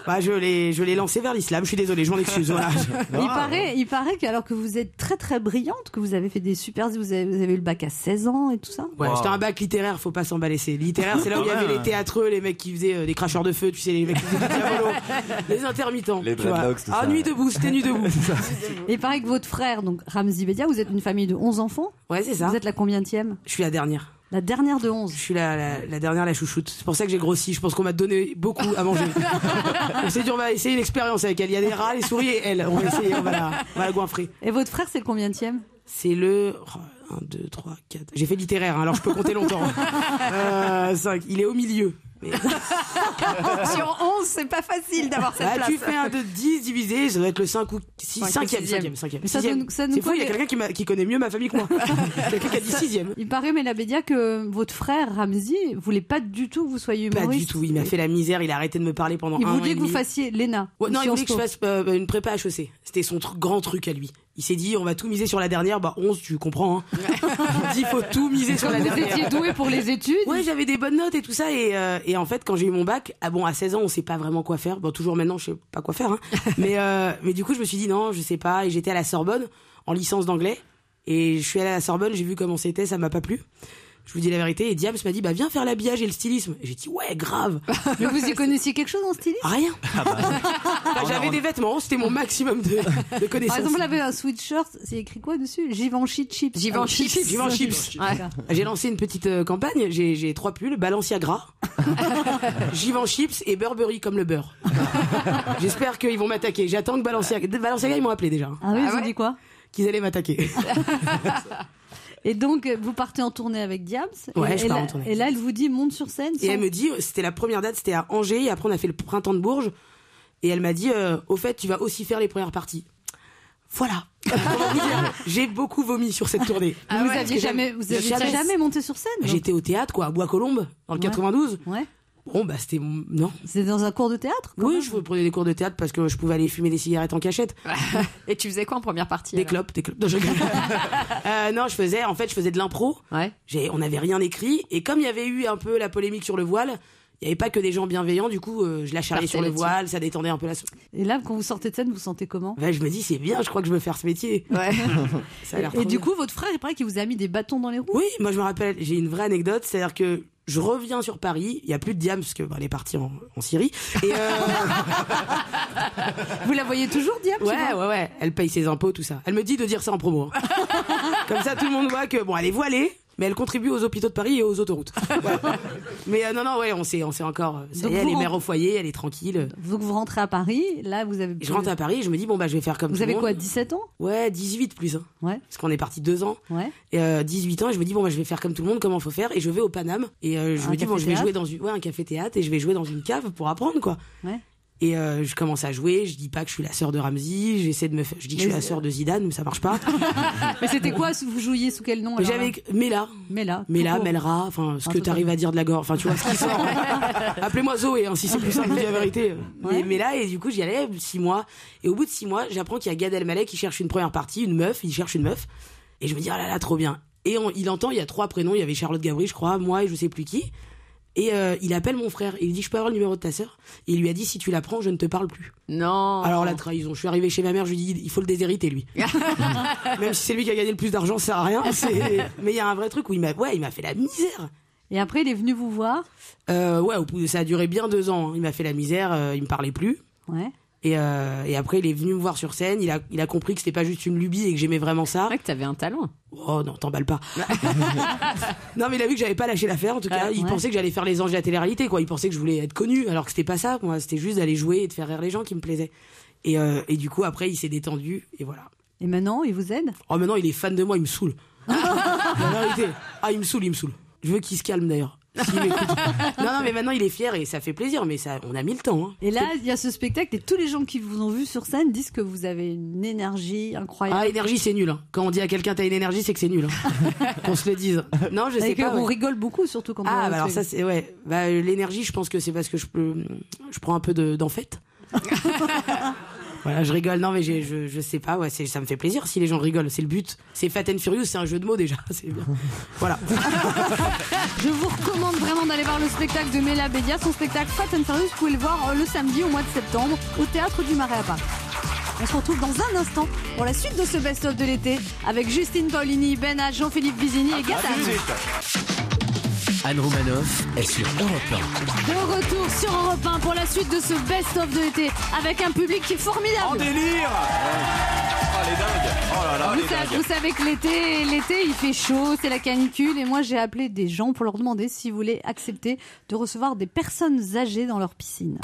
Speaker 10: Bah, je l'ai, je l'ai lancée vers l'islam. Je suis désolée, je m'en excuse.
Speaker 11: *laughs*
Speaker 10: Voilà.
Speaker 2: Il paraît, il paraît que alors que vous êtes très très brillante, que vous avez fait des super, vous avez, vous avez eu le bac à 16 ans et tout ça.
Speaker 10: Ouais,
Speaker 3: Wow.
Speaker 10: c'était un bac littéraire, faut pas s'emballer. C'est littéraire, c'est là où il y avait les théâtreux, les mecs qui faisaient euh, des cracheurs de feu, tu sais, les mecs qui faisaient des
Speaker 11: *laughs*
Speaker 10: diabolos, les intermittents.
Speaker 11: Les
Speaker 10: tu vois.
Speaker 11: dreadlocks, tout
Speaker 10: Ah,
Speaker 11: ça.
Speaker 10: nuit debout, c'était nuit
Speaker 11: *laughs*
Speaker 10: debout.
Speaker 2: Et il paraît que votre frère, donc Ramzi Bedia, vous êtes une famille de 11 enfants.
Speaker 10: Ouais, c'est ça.
Speaker 2: Vous êtes la combientième
Speaker 10: Je suis la dernière.
Speaker 2: La dernière de 11.
Speaker 10: Je suis la, la, la dernière, la chouchoute. C'est pour ça que j'ai grossi. Je pense qu'on m'a donné beaucoup à
Speaker 11: *laughs*
Speaker 10: manger. c'est dur, on va essayer l'expérience avec elle. Il y a des rats, les souris et elle. On va essayer, on va la, on va la goinfrer.
Speaker 2: Et votre frère, c'est le combientième
Speaker 10: C'est le. oh, 1, 2, 3, 4. J'ai fait littéraire, hein, alors je peux compter
Speaker 11: *laughs*
Speaker 10: longtemps. 5. Il est au milieu. Mais-
Speaker 5: Sur 11, c'est pas facile d'avoir cette
Speaker 10: Ah,
Speaker 5: place.
Speaker 10: tu fais un de 10 divisé, ça doit être le 5 ou 6,
Speaker 5: Cinq ou
Speaker 10: 5e,
Speaker 5: sixième.
Speaker 10: 5e, 5e.
Speaker 2: Mais ça nous- ça nous
Speaker 10: C'est fou, il y a
Speaker 2: connaît.
Speaker 10: quelqu'un qui, m'a- qui connaît mieux ma famille que
Speaker 2: *laughs*
Speaker 10: moi. quelqu'un qui a dit 6e.
Speaker 2: Il paraît, Mela Bédia, que votre frère, Ramzi, voulait pas du tout que vous soyez
Speaker 10: Pas
Speaker 2: humoriste.
Speaker 10: du tout, il m'a fait la misère, il a arrêté de me parler pendant
Speaker 2: Il
Speaker 10: un an et
Speaker 2: voulait que vous
Speaker 10: demi.
Speaker 2: fassiez l'ENA.
Speaker 10: Ouais,
Speaker 2: ou
Speaker 10: non, il
Speaker 2: Sciences
Speaker 10: voulait que je
Speaker 2: Po.
Speaker 10: fasse euh, une prépa HEC. C'était son tr- grand truc à lui. Il s'est dit, on va tout miser sur la dernière. Bah, 11, tu comprends. Hein. *laughs* il dit, faut tout miser sur
Speaker 2: Comme
Speaker 10: la
Speaker 2: vous
Speaker 10: dernière.
Speaker 2: étiez doué pour les études.
Speaker 10: Ouais, j'avais des bonnes notes et tout ça. Et, euh, et en fait, quand j'ai eu mon bac, ah bon, à 16 ans, on sait pas vraiment quoi faire. Bon, toujours maintenant, je sais pas quoi
Speaker 2: *laughs*
Speaker 10: faire. hein. mais, euh, mais du coup, je me suis dit non, je sais pas. Et j'étais à la Sorbonne en licence d'anglais. Et je suis allée à la Sorbonne, j'ai vu comment c'était, ça m'a pas plu. Je vous dis la vérité. Et Diams m'a dit, bah viens faire l'habillage et le stylisme. Et j'ai dit, ouais,
Speaker 2: *laughs*
Speaker 10: grave.
Speaker 2: Mais vous y connaissiez quelque chose en stylisme
Speaker 10: Rien.
Speaker 2: Ah bah.
Speaker 10: Enfin, *laughs* j'avais des vêtements, c'était mon maximum de, de connaissances.
Speaker 2: Par exemple, vous avez un sweatshirt, c'est écrit quoi dessus Givenchy Chips.
Speaker 5: Givenchy
Speaker 2: Ah,
Speaker 5: Chips.
Speaker 10: Givenchy Chips.
Speaker 2: Ouais.
Speaker 10: J'ai lancé une petite euh, campagne, j'ai j'ai trois pulls, Balencia gras,
Speaker 2: *laughs*
Speaker 10: Givenchy chips et Burberry comme le
Speaker 2: *laughs*
Speaker 10: beurre. J'espère qu'ils vont m'attaquer. J'attends que Balenciaga, Balenciaga ils m'ont appelé déjà, hein,
Speaker 2: Ah oui,
Speaker 5: Ah
Speaker 2: ils ont
Speaker 5: ouais
Speaker 2: dit quoi
Speaker 10: qu'ils allaient
Speaker 2: *laughs*
Speaker 10: m'attaquer.
Speaker 2: Et donc, euh, vous partez en tournée avec Diams.
Speaker 10: Ouais,
Speaker 2: et,
Speaker 10: je
Speaker 2: et
Speaker 10: pars
Speaker 2: là,
Speaker 10: en tournée.
Speaker 2: Et là, elle vous dit, monte sur scène.
Speaker 10: Et
Speaker 2: sans-
Speaker 10: elle me dit, c'était la première date, c'était à Angers, et après on a fait le printemps de Bourges, et elle m'a dit, euh, au fait, tu vas aussi faire les premières parties.
Speaker 2: *laughs*
Speaker 10: Voilà. Comment vous dire, J'ai beaucoup vomi sur cette tournée.
Speaker 5: Ah
Speaker 2: Vous
Speaker 10: Parce
Speaker 2: aviez
Speaker 10: que j'avais-
Speaker 2: jamais, vous aviez
Speaker 10: j'avais-
Speaker 2: jamais, monté sur scène. donc.
Speaker 10: J'étais au théâtre, quoi, à Bois-Colombes, dans le
Speaker 2: Ouais.
Speaker 10: 92.
Speaker 2: Ouais.
Speaker 10: Bon, bah c'était... mon- Non.
Speaker 2: C'est dans un cours de théâtre. quand
Speaker 10: Oui,
Speaker 2: même.
Speaker 10: je prenais des cours de théâtre parce que je pouvais aller fumer des cigarettes en cachette.
Speaker 5: Et tu faisais quoi en première partie
Speaker 10: Des
Speaker 5: alors
Speaker 10: clopes, des clopes. Non, je rigole. Euh, non, je faisais, en fait, je faisais de l'impro.
Speaker 5: Ouais.
Speaker 10: J'ai- On n'avait rien écrit. Et comme il y avait eu un peu la polémique sur le voile, il n'y avait pas que des gens bienveillants. Du coup, euh, je la charriais
Speaker 5: Parfait
Speaker 10: sur le
Speaker 5: là-dessus.
Speaker 10: voile, ça détendait un peu la. so-
Speaker 2: Et là, quand vous sortez de scène, vous vous sentez comment
Speaker 10: Ben, je me dis, c'est bien, je crois que je veux faire ce métier.
Speaker 5: Ouais.
Speaker 10: *laughs* Ça a l'air
Speaker 2: Et
Speaker 10: trop
Speaker 2: du
Speaker 10: bien.
Speaker 2: coup, votre frère, il paraît qu'il vous a mis des bâtons dans les roues.
Speaker 10: Oui, moi je me rappelle, j'ai une vraie anecdote, c'est-à-dire que je reviens sur Paris, il y a plus de Diam parce que bah, elle est partie en, en Syrie. Et, euh,
Speaker 2: Vous la voyez toujours, Diam
Speaker 10: Ouais, ouais, ouais. Elle paye ses impôts, tout ça. Elle me dit de dire ça en promo.
Speaker 2: *laughs*
Speaker 10: hein. Comme ça, tout le monde voit que bon, elle est voilée. Mais elle contribue aux hôpitaux de Paris et aux
Speaker 2: *laughs*
Speaker 10: autoroutes. Voilà. Mais euh, non, non, ouais, on sait, on sait encore. Ça
Speaker 2: Donc
Speaker 10: y est, elle
Speaker 2: vous
Speaker 10: est mère
Speaker 2: rentre-
Speaker 10: au foyer, elle est tranquille.
Speaker 2: Donc vous rentrez à Paris, là vous avez.
Speaker 10: Je rentre à Paris, je me dis, bon, bah, je vais faire comme
Speaker 2: Vous
Speaker 10: tout le
Speaker 2: avez quoi,
Speaker 10: monde.
Speaker 2: 17 ans
Speaker 10: Ouais, 18 plus. hein.
Speaker 2: Ouais.
Speaker 10: Parce qu'on est parti deux ans.
Speaker 2: Ouais.
Speaker 10: Et euh, 18 ans, et je me dis, bon, bah, je vais faire comme tout le monde, comment faut faire. Et je vais au Paname. Et euh, je
Speaker 2: Ah, Un
Speaker 10: me dis, bon, je vais
Speaker 2: café-théâtre
Speaker 10: jouer dans une, ouais, un café-théâtre et je vais jouer dans une cave pour apprendre, quoi.
Speaker 2: Ouais.
Speaker 10: Et euh, je commence à jouer, je dis pas que je suis la sœur de Ramsey, j'essaie de me faire- je dis que je suis
Speaker 2: Mais-
Speaker 10: la sœur de Zidane, mais ça marche pas.
Speaker 2: Mais c'était quoi Vous jouiez sous quel nom
Speaker 10: Mais
Speaker 2: alors,
Speaker 10: j'avais
Speaker 2: Oh là
Speaker 10: que- Mela,
Speaker 2: Mela.
Speaker 10: Mela,
Speaker 2: tout court.
Speaker 10: Melra, enfin ce que
Speaker 2: tout
Speaker 10: t'arrives à dire de la gorge, enfin tu vois ce qui sort.
Speaker 2: *laughs*
Speaker 10: Appelez-moi Zoé, hein, si c'est plus simple, je dis la vérité. Mais Mela, et du coup j'y allais six mois, et au bout de six mois, j'apprends qu'il y a Gad Elmaleh qui cherche une première partie, une meuf, il cherche une meuf, et je me dis ah là là trop bien. Et on- il entend, il y a trois prénoms, il y avait Charlotte Gabri, je crois, moi et je sais plus qui. Et euh, il appelle mon frère et il dit je peux avoir le numéro de ta sœur Et il lui a dit si tu la prends je ne te parle plus.
Speaker 11: Non.
Speaker 10: Alors la trahison, je suis arrivée chez ma mère, je lui dis il faut le déshériter
Speaker 11: *laughs*
Speaker 10: lui. Même si c'est lui qui a gagné le plus d'argent, ça sert à rien. c'est-
Speaker 11: *laughs*
Speaker 10: Mais il y a un vrai truc où il m'a ouais, il m'a fait la misère.
Speaker 2: Et après il est venu vous voir
Speaker 10: Euh, ouais, au bout de- ça a duré bien deux ans. hein. Il m'a fait la misère, euh, il me parlait plus.
Speaker 2: Ouais.
Speaker 10: Et, euh, et après, il est venu me voir sur scène. Il a, il a compris que c'était pas juste une lubie et que j'aimais vraiment ça. Ouais,
Speaker 11: que t'avais un talent.
Speaker 10: Oh non, t'emballes
Speaker 11: *laughs*
Speaker 10: pas. non, mais il a vu que j'avais pas lâché l'affaire. En tout cas,
Speaker 11: Ah,
Speaker 10: il
Speaker 11: ouais.
Speaker 10: pensait que j'allais faire les anges de la télé-réalité. Quoi, il pensait que je voulais être connu, alors que c'était pas ça. Moi, c'était juste d'aller jouer et de faire rire les gens qui me plaisaient. Et, euh, et du coup, après, il s'est détendu et voilà.
Speaker 2: Et maintenant il vous aide
Speaker 10: Oh, maintenant, il est fan de moi. Il me saoule. La vérité. Ah, il me saoule, il me saoule. Je veux qu'il se calme d'ailleurs. S'il m'écoute. non, non, mais maintenant il est fier et ça fait plaisir, mais ça, on a mis le temps. hein.
Speaker 2: Et là, il y a ce spectacle et tous les gens qui vous ont vu sur scène disent que vous avez une énergie incroyable.
Speaker 10: Ah, énergie, c'est nul. hein. Quand on dit à quelqu'un t'as une énergie, c'est que c'est nul. hein. Qu'on se le dise. Non, je
Speaker 2: Et
Speaker 10: sais
Speaker 2: que
Speaker 10: pas.
Speaker 2: On
Speaker 10: ouais.
Speaker 2: rigole beaucoup, surtout quand
Speaker 10: Ah,
Speaker 2: on
Speaker 10: bah alors ça, c'est ouais. Bah, euh, l'énergie, je pense que c'est parce que je, peux- je prends un peu de, d'en fait. voilà, je rigole. Non, mais j'ai- je, je sais pas. Ouais, c'est, ça me fait plaisir si les gens rigolent. C'est le but. C'est Fat and Furious, c'est un jeu de mots déjà. *laughs* C'est bien. Voilà.
Speaker 2: Je vous recommande vraiment d'aller voir le spectacle de Mela Bédia, son spectacle Fat and Furious. Vous pouvez le voir euh, le samedi au mois de septembre au Théâtre du Marais à Paris. On se retrouve dans un instant pour la suite de ce best-of de l'été avec Justine Paolini, Ben H, Jean-Philippe Vizini et Gata.
Speaker 1: Anne Romanoff est sur Europe
Speaker 2: De retour sur Europe 1 pour la suite de ce best-of de l'été avec un public qui est formidable. En
Speaker 3: délire
Speaker 4: les dingues. Oh là là,
Speaker 2: vous,
Speaker 4: les
Speaker 2: sa-
Speaker 4: dingues.
Speaker 2: vous savez que l'été, l'été, il fait chaud, c'est la canicule, et moi j'ai appelé des gens pour leur demander s'ils voulaient accepter de recevoir des personnes âgées dans leur piscine.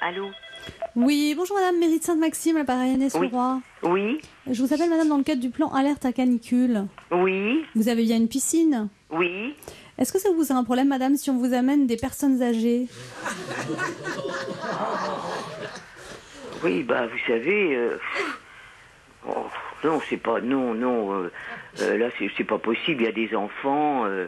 Speaker 12: Allô
Speaker 13: Oui, bonjour madame, mairie de Sainte-Maxime, la parrainée sur
Speaker 12: Oui.
Speaker 13: roi.
Speaker 12: Oui
Speaker 13: Je vous appelle madame dans le cadre du plan alerte à canicule.
Speaker 12: Oui
Speaker 13: Vous avez bien une piscine
Speaker 12: Oui
Speaker 13: Est-ce que ça vous pose un problème madame si on vous amène des personnes âgées
Speaker 12: Oui, bah, vous savez... euh, oh, non, c'est pas... Non, non. euh, euh, là, c'est c'est pas possible. Il y a des enfants. euh,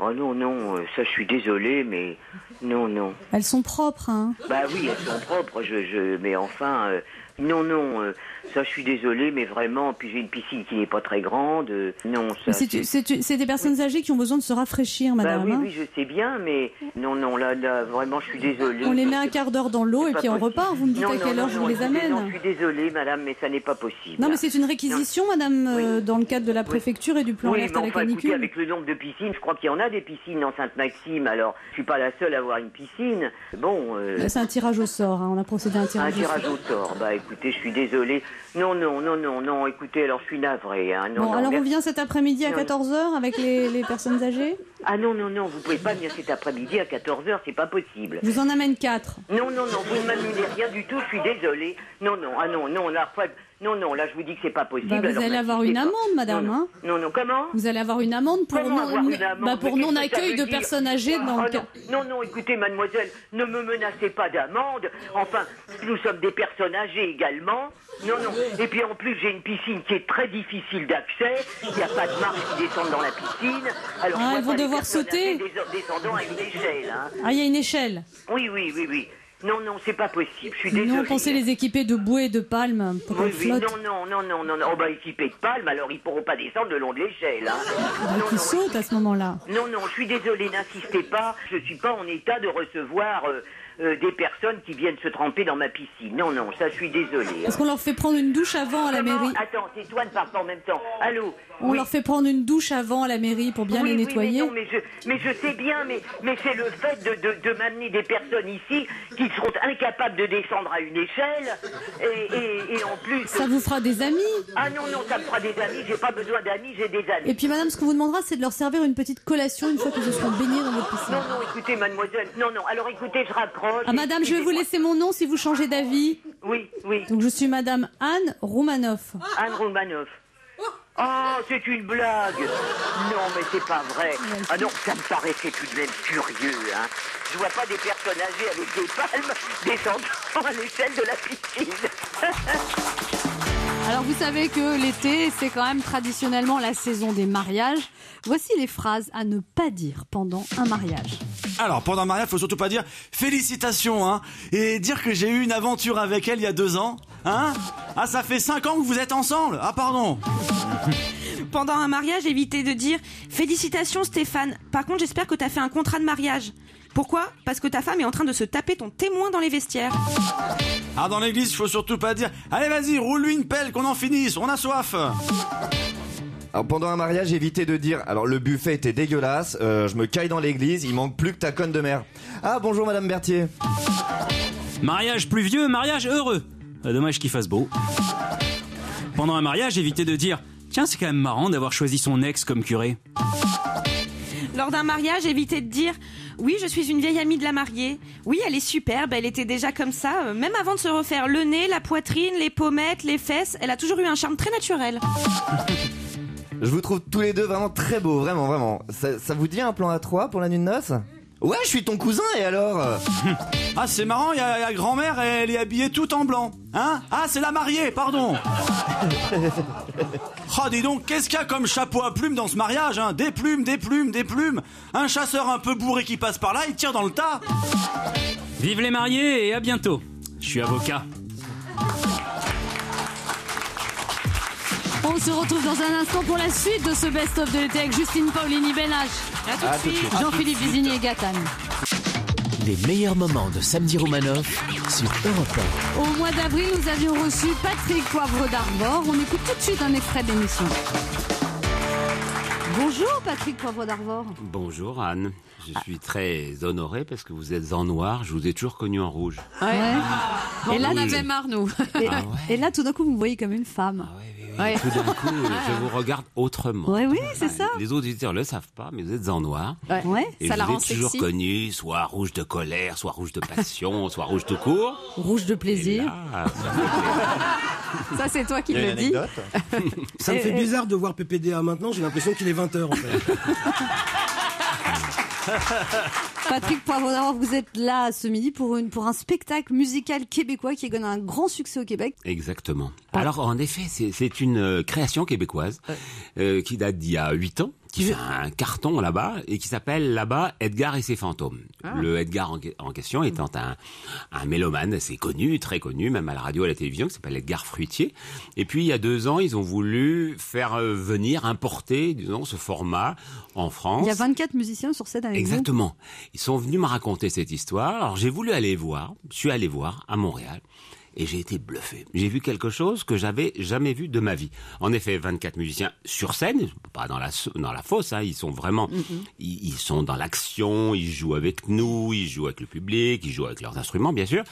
Speaker 12: oh non, non. euh, ça, je suis désolé, mais... Non, non.
Speaker 13: Elles sont propres, hein
Speaker 12: Bah oui, elles sont propres. Je, je, mais enfin... euh, non, non. euh, ça, je suis désolé, mais vraiment... Puis j'ai une piscine qui n'est pas très grande. euh, non, ça...
Speaker 13: Mais c'est- C'est c'est des personnes âgées qui ont besoin de se rafraîchir
Speaker 12: Bah
Speaker 13: madame.
Speaker 12: oui,
Speaker 13: hein.
Speaker 12: oui, je sais bien, mais... Non, non, là, là, vraiment, je suis désolé.
Speaker 13: On les met un quart d'heure dans l'eau et puis on repart. Vous me dites
Speaker 12: Non,
Speaker 13: à
Speaker 12: non,
Speaker 13: quelle
Speaker 12: non,
Speaker 13: heure je
Speaker 12: non,
Speaker 13: vous les
Speaker 12: écoutez,
Speaker 13: amène
Speaker 12: non, je suis désolée, madame, mais ça n'est pas possible.
Speaker 13: Non, mais c'est une réquisition, madame, euh, dans le cadre de la préfecture et du plan
Speaker 12: Oui,
Speaker 13: alerte
Speaker 12: mais
Speaker 13: à la
Speaker 12: enfin, écoutez,
Speaker 13: canicule.
Speaker 12: avec le nombre de piscines, je crois qu'il y en a des piscines en Sainte-Maxime, alors je suis pas la seule à avoir une piscine. Bon, euh,
Speaker 13: Là, Bah, C'est un tirage au sort, hein, on a procédé à un
Speaker 12: un
Speaker 13: tirage,
Speaker 12: tirage au sort. Bah écoutez, je suis désolée. Non, non, non, non, non, écoutez, alors je suis navrée. Hein. Non,
Speaker 13: Bon,
Speaker 12: non,
Speaker 13: alors on
Speaker 12: merci.
Speaker 13: vient cet après-midi à
Speaker 12: Non, non.
Speaker 13: 14h avec les, les personnes âgées
Speaker 12: Ah non, non, non, vous pouvez pas venir cet après-midi à 14h, c'est pas possible.
Speaker 13: Je vous en amène 4.
Speaker 12: Non, non, non, vous ne m'annulez rien du tout, je suis désolée. Non, non, ah non, non, là, pas- non, non, là, je vous dis que c'est pas possible.
Speaker 13: Bah, vous
Speaker 12: alors
Speaker 13: allez avoir
Speaker 12: n'insistez
Speaker 13: une
Speaker 12: pas.
Speaker 13: amende, madame. hein.
Speaker 12: Non, non, comment
Speaker 13: vous allez avoir une amende pour
Speaker 12: Comment avoir
Speaker 13: non,
Speaker 12: une amende
Speaker 13: bah, pour
Speaker 12: Mais
Speaker 13: non
Speaker 12: qu'est-ce que ça
Speaker 13: accueil
Speaker 12: veut
Speaker 13: de
Speaker 12: dire
Speaker 13: personnes âgées dans
Speaker 12: Ah
Speaker 13: le cas.
Speaker 12: non, non, non, écoutez, mademoiselle, ne me menacez pas d'amende. Enfin, nous sommes des personnes âgées également. Non, non. Et puis en plus, j'ai une piscine qui est très difficile d'accès. Il n'y a pas de marche qui descendent dans la piscine. Alors,
Speaker 13: Ah,
Speaker 12: je vois
Speaker 13: elles vont
Speaker 12: pas les
Speaker 13: devoir
Speaker 12: personnes
Speaker 13: sauter.
Speaker 12: âgées dés- Descendant à une échelle. hein.
Speaker 13: Ah, il y a une échelle.
Speaker 12: Oui, oui, oui, oui. Non, non, c'est pas possible. Je suis
Speaker 13: Nous,
Speaker 12: désolée.
Speaker 13: on pensait les équiper de bouées et de palmes pour
Speaker 12: Oui,
Speaker 13: qu'elles
Speaker 12: oui, non,
Speaker 13: flottent.
Speaker 12: non, non, non, non, non. Oh, bah, équipés de palmes, alors ils pourront pas descendre le long de l'échelle. hein.
Speaker 13: Bah, qui saute à ce moment-là.
Speaker 12: Non, non, je suis désolée, n'insistez pas. Je suis pas en état de recevoir euh, euh, des personnes qui viennent se tremper dans ma piscine. Non, non, ça, je suis désolée.
Speaker 13: Est-ce qu'on leur fait prendre une douche avant à la
Speaker 12: Comment
Speaker 13: mairie
Speaker 12: Attends, c'est toi ne parle pas en même temps. Allô
Speaker 13: On leur fait prendre une douche avant à la mairie pour bien
Speaker 12: Oui,
Speaker 13: les
Speaker 12: oui,
Speaker 13: nettoyer.
Speaker 12: mais, non, mais, je, mais je sais bien, mais, mais c'est le fait de, de- de m'amener des personnes ici qui seront incapables de descendre à une échelle. Et, et- et en plus.
Speaker 13: Ça vous fera des amis.
Speaker 12: Ah non, non, ça me fera des amis, j'ai pas besoin d'amis, j'ai des amis.
Speaker 13: Et puis madame, ce qu'on vous demandera, c'est de leur servir une petite collation une fois qu'ils se seront baignés dans votre piscine.
Speaker 12: Non, non, écoutez, mademoiselle. Non, non, alors écoutez, je raccroche.
Speaker 13: Ah, madame, je vais vous laisser mon nom si vous changez d'avis.
Speaker 12: Oui, oui.
Speaker 13: Donc je suis madame Anne Roumanoff.
Speaker 12: Anne Romanoff. Oh, c'est une blague Non, mais c'est pas vrai. Ah non, ça me paraissait tout de même curieux, hein. Je vois pas des personnes âgées avec des palmes descendant à l'échelle de la piscine.
Speaker 2: Alors vous savez que l'été, c'est quand même traditionnellement la saison des mariages. Voici les phrases à ne pas dire pendant un mariage.
Speaker 3: Alors, pendant le mariage, faut surtout pas dire félicitations, hein, et dire que j'ai eu une aventure avec elle il y a deux ans, hein. Ah, ça fait cinq ans que vous êtes ensemble. Ah, pardon.
Speaker 5: Pendant un mariage, évitez de dire Félicitations Stéphane. Par contre, j'espère que t'as fait un contrat de mariage. Pourquoi Parce que ta femme est en train de se taper ton témoin dans les vestiaires.
Speaker 3: Ah, dans l'église, faut surtout pas dire, allez, vas-y, roule-lui une pelle, qu'on en finisse, on a soif.
Speaker 11: Alors pendant un mariage, évitez de dire alors le buffet était dégueulasse, euh, je me caille dans l'église, il manque plus que ta conne de mer. Ah bonjour madame Berthier.
Speaker 14: Mariage pluvieux, mariage heureux. Euh, Dommage qu'il fasse beau. Pendant un mariage, évitez de dire Tiens, c'est quand même marrant d'avoir choisi son ex comme curé.
Speaker 5: Lors d'un mariage, évitez de dire Oui, je suis une vieille amie de la mariée. Oui, elle est superbe, elle était déjà comme ça, euh, même avant de se refaire le nez, la poitrine, les pommettes, les fesses. Elle a toujours eu un charme très naturel.
Speaker 11: Je vous trouve tous les deux vraiment très beaux, vraiment vraiment. Ça, ça vous dit un plan à 3 pour la nuit de noces Ouais, je suis ton cousin et alors
Speaker 3: *laughs* Ah, c'est marrant, il y a la grand-mère, elle est habillée tout en blanc. Hein Ah, c'est la mariée,
Speaker 11: *laughs*
Speaker 3: pardon. Oh, dis donc, qu'est-ce qu'il y a comme chapeau à plumes dans ce mariage, hein Des plumes, des plumes, des plumes. Un chasseur un peu bourré qui passe par là, il tire dans le tas.
Speaker 14: Vive les mariés et à bientôt. Je suis avocat.
Speaker 2: On se retrouve dans un instant pour la suite de ce best-of de l'été avec Justine Paulini Benach.
Speaker 1: de À tout de suite. suite.
Speaker 2: Jean-Philippe Vizini et Gatane.
Speaker 1: Les meilleurs moments de Samedi Romanov sur Europe
Speaker 2: Au mois d'avril, nous avions reçu Patrick Poivre d'Arvor. On écoute tout de suite un extrait de l'émission. Bonjour Patrick Poivre d'Arvor.
Speaker 15: Bonjour Anne, je suis très honoré parce que vous êtes en noir, je vous ai toujours connu en rouge.
Speaker 2: Et là,
Speaker 15: on avait
Speaker 2: marre, nous. Et,
Speaker 15: Ah ouais.
Speaker 2: et là, tout d'un coup, vous me voyez comme une femme. Ouais.
Speaker 15: Tout d'un coup, je vous regarde autrement.
Speaker 2: Ah. Ouais, oui, c'est ça.
Speaker 15: Les auditeurs ne le savent pas, mais vous êtes en noir.
Speaker 2: Ouais,
Speaker 15: Et
Speaker 2: ça
Speaker 15: je
Speaker 2: la
Speaker 15: vous
Speaker 2: rend
Speaker 15: ai toujours
Speaker 2: sexy.
Speaker 15: connu, soit rouge de colère, soit rouge de
Speaker 2: *laughs*
Speaker 15: passion, soit rouge tout court.
Speaker 2: Rouge de plaisir.
Speaker 15: Ah,
Speaker 2: Ça, c'est toi qui
Speaker 15: Il y a
Speaker 2: le
Speaker 15: une
Speaker 2: dis.
Speaker 9: Ça me
Speaker 2: Et-
Speaker 9: fait
Speaker 2: et-
Speaker 9: bizarre de voir PPDA maintenant, j'ai l'impression qu'il est 20h en fait.
Speaker 2: Patrick Poivre d'Arvor, vous êtes là ce midi pour, une, pour un spectacle musical québécois qui gagne un grand succès au Québec.
Speaker 15: Exactement. Alors, en effet, c'est- c'est une euh, création québécoise euh, qui date d'il y a huit ans, qui fait un carton là-bas et qui s'appelle là-bas Edgar et ses fantômes.
Speaker 16: Ah.
Speaker 15: Le Edgar en, en question étant un, un mélomane assez connu, très connu, même à la radio, à la télévision, qui
Speaker 16: Mhm.
Speaker 15: s'appelle Edgar Fruitier. Et puis, il y a deux ans, ils ont voulu faire euh, venir, importer, disons, ce format en France.
Speaker 2: Il y a 24 musiciens sur scène avec vous.
Speaker 15: Exactement. Ils sont venus me raconter cette histoire. Alors j'ai voulu aller voir. Je suis allé voir à Montréal. Et j'ai été bluffé. J'ai vu quelque chose que j'avais jamais vu de ma vie. En effet, 24 musiciens sur scène, pas dans la, s- dans la fosse, hein, ils sont vraiment, ils, ils sont dans l'action, ils jouent avec nous, ils jouent avec le public, ils jouent avec leurs instruments, bien sûr.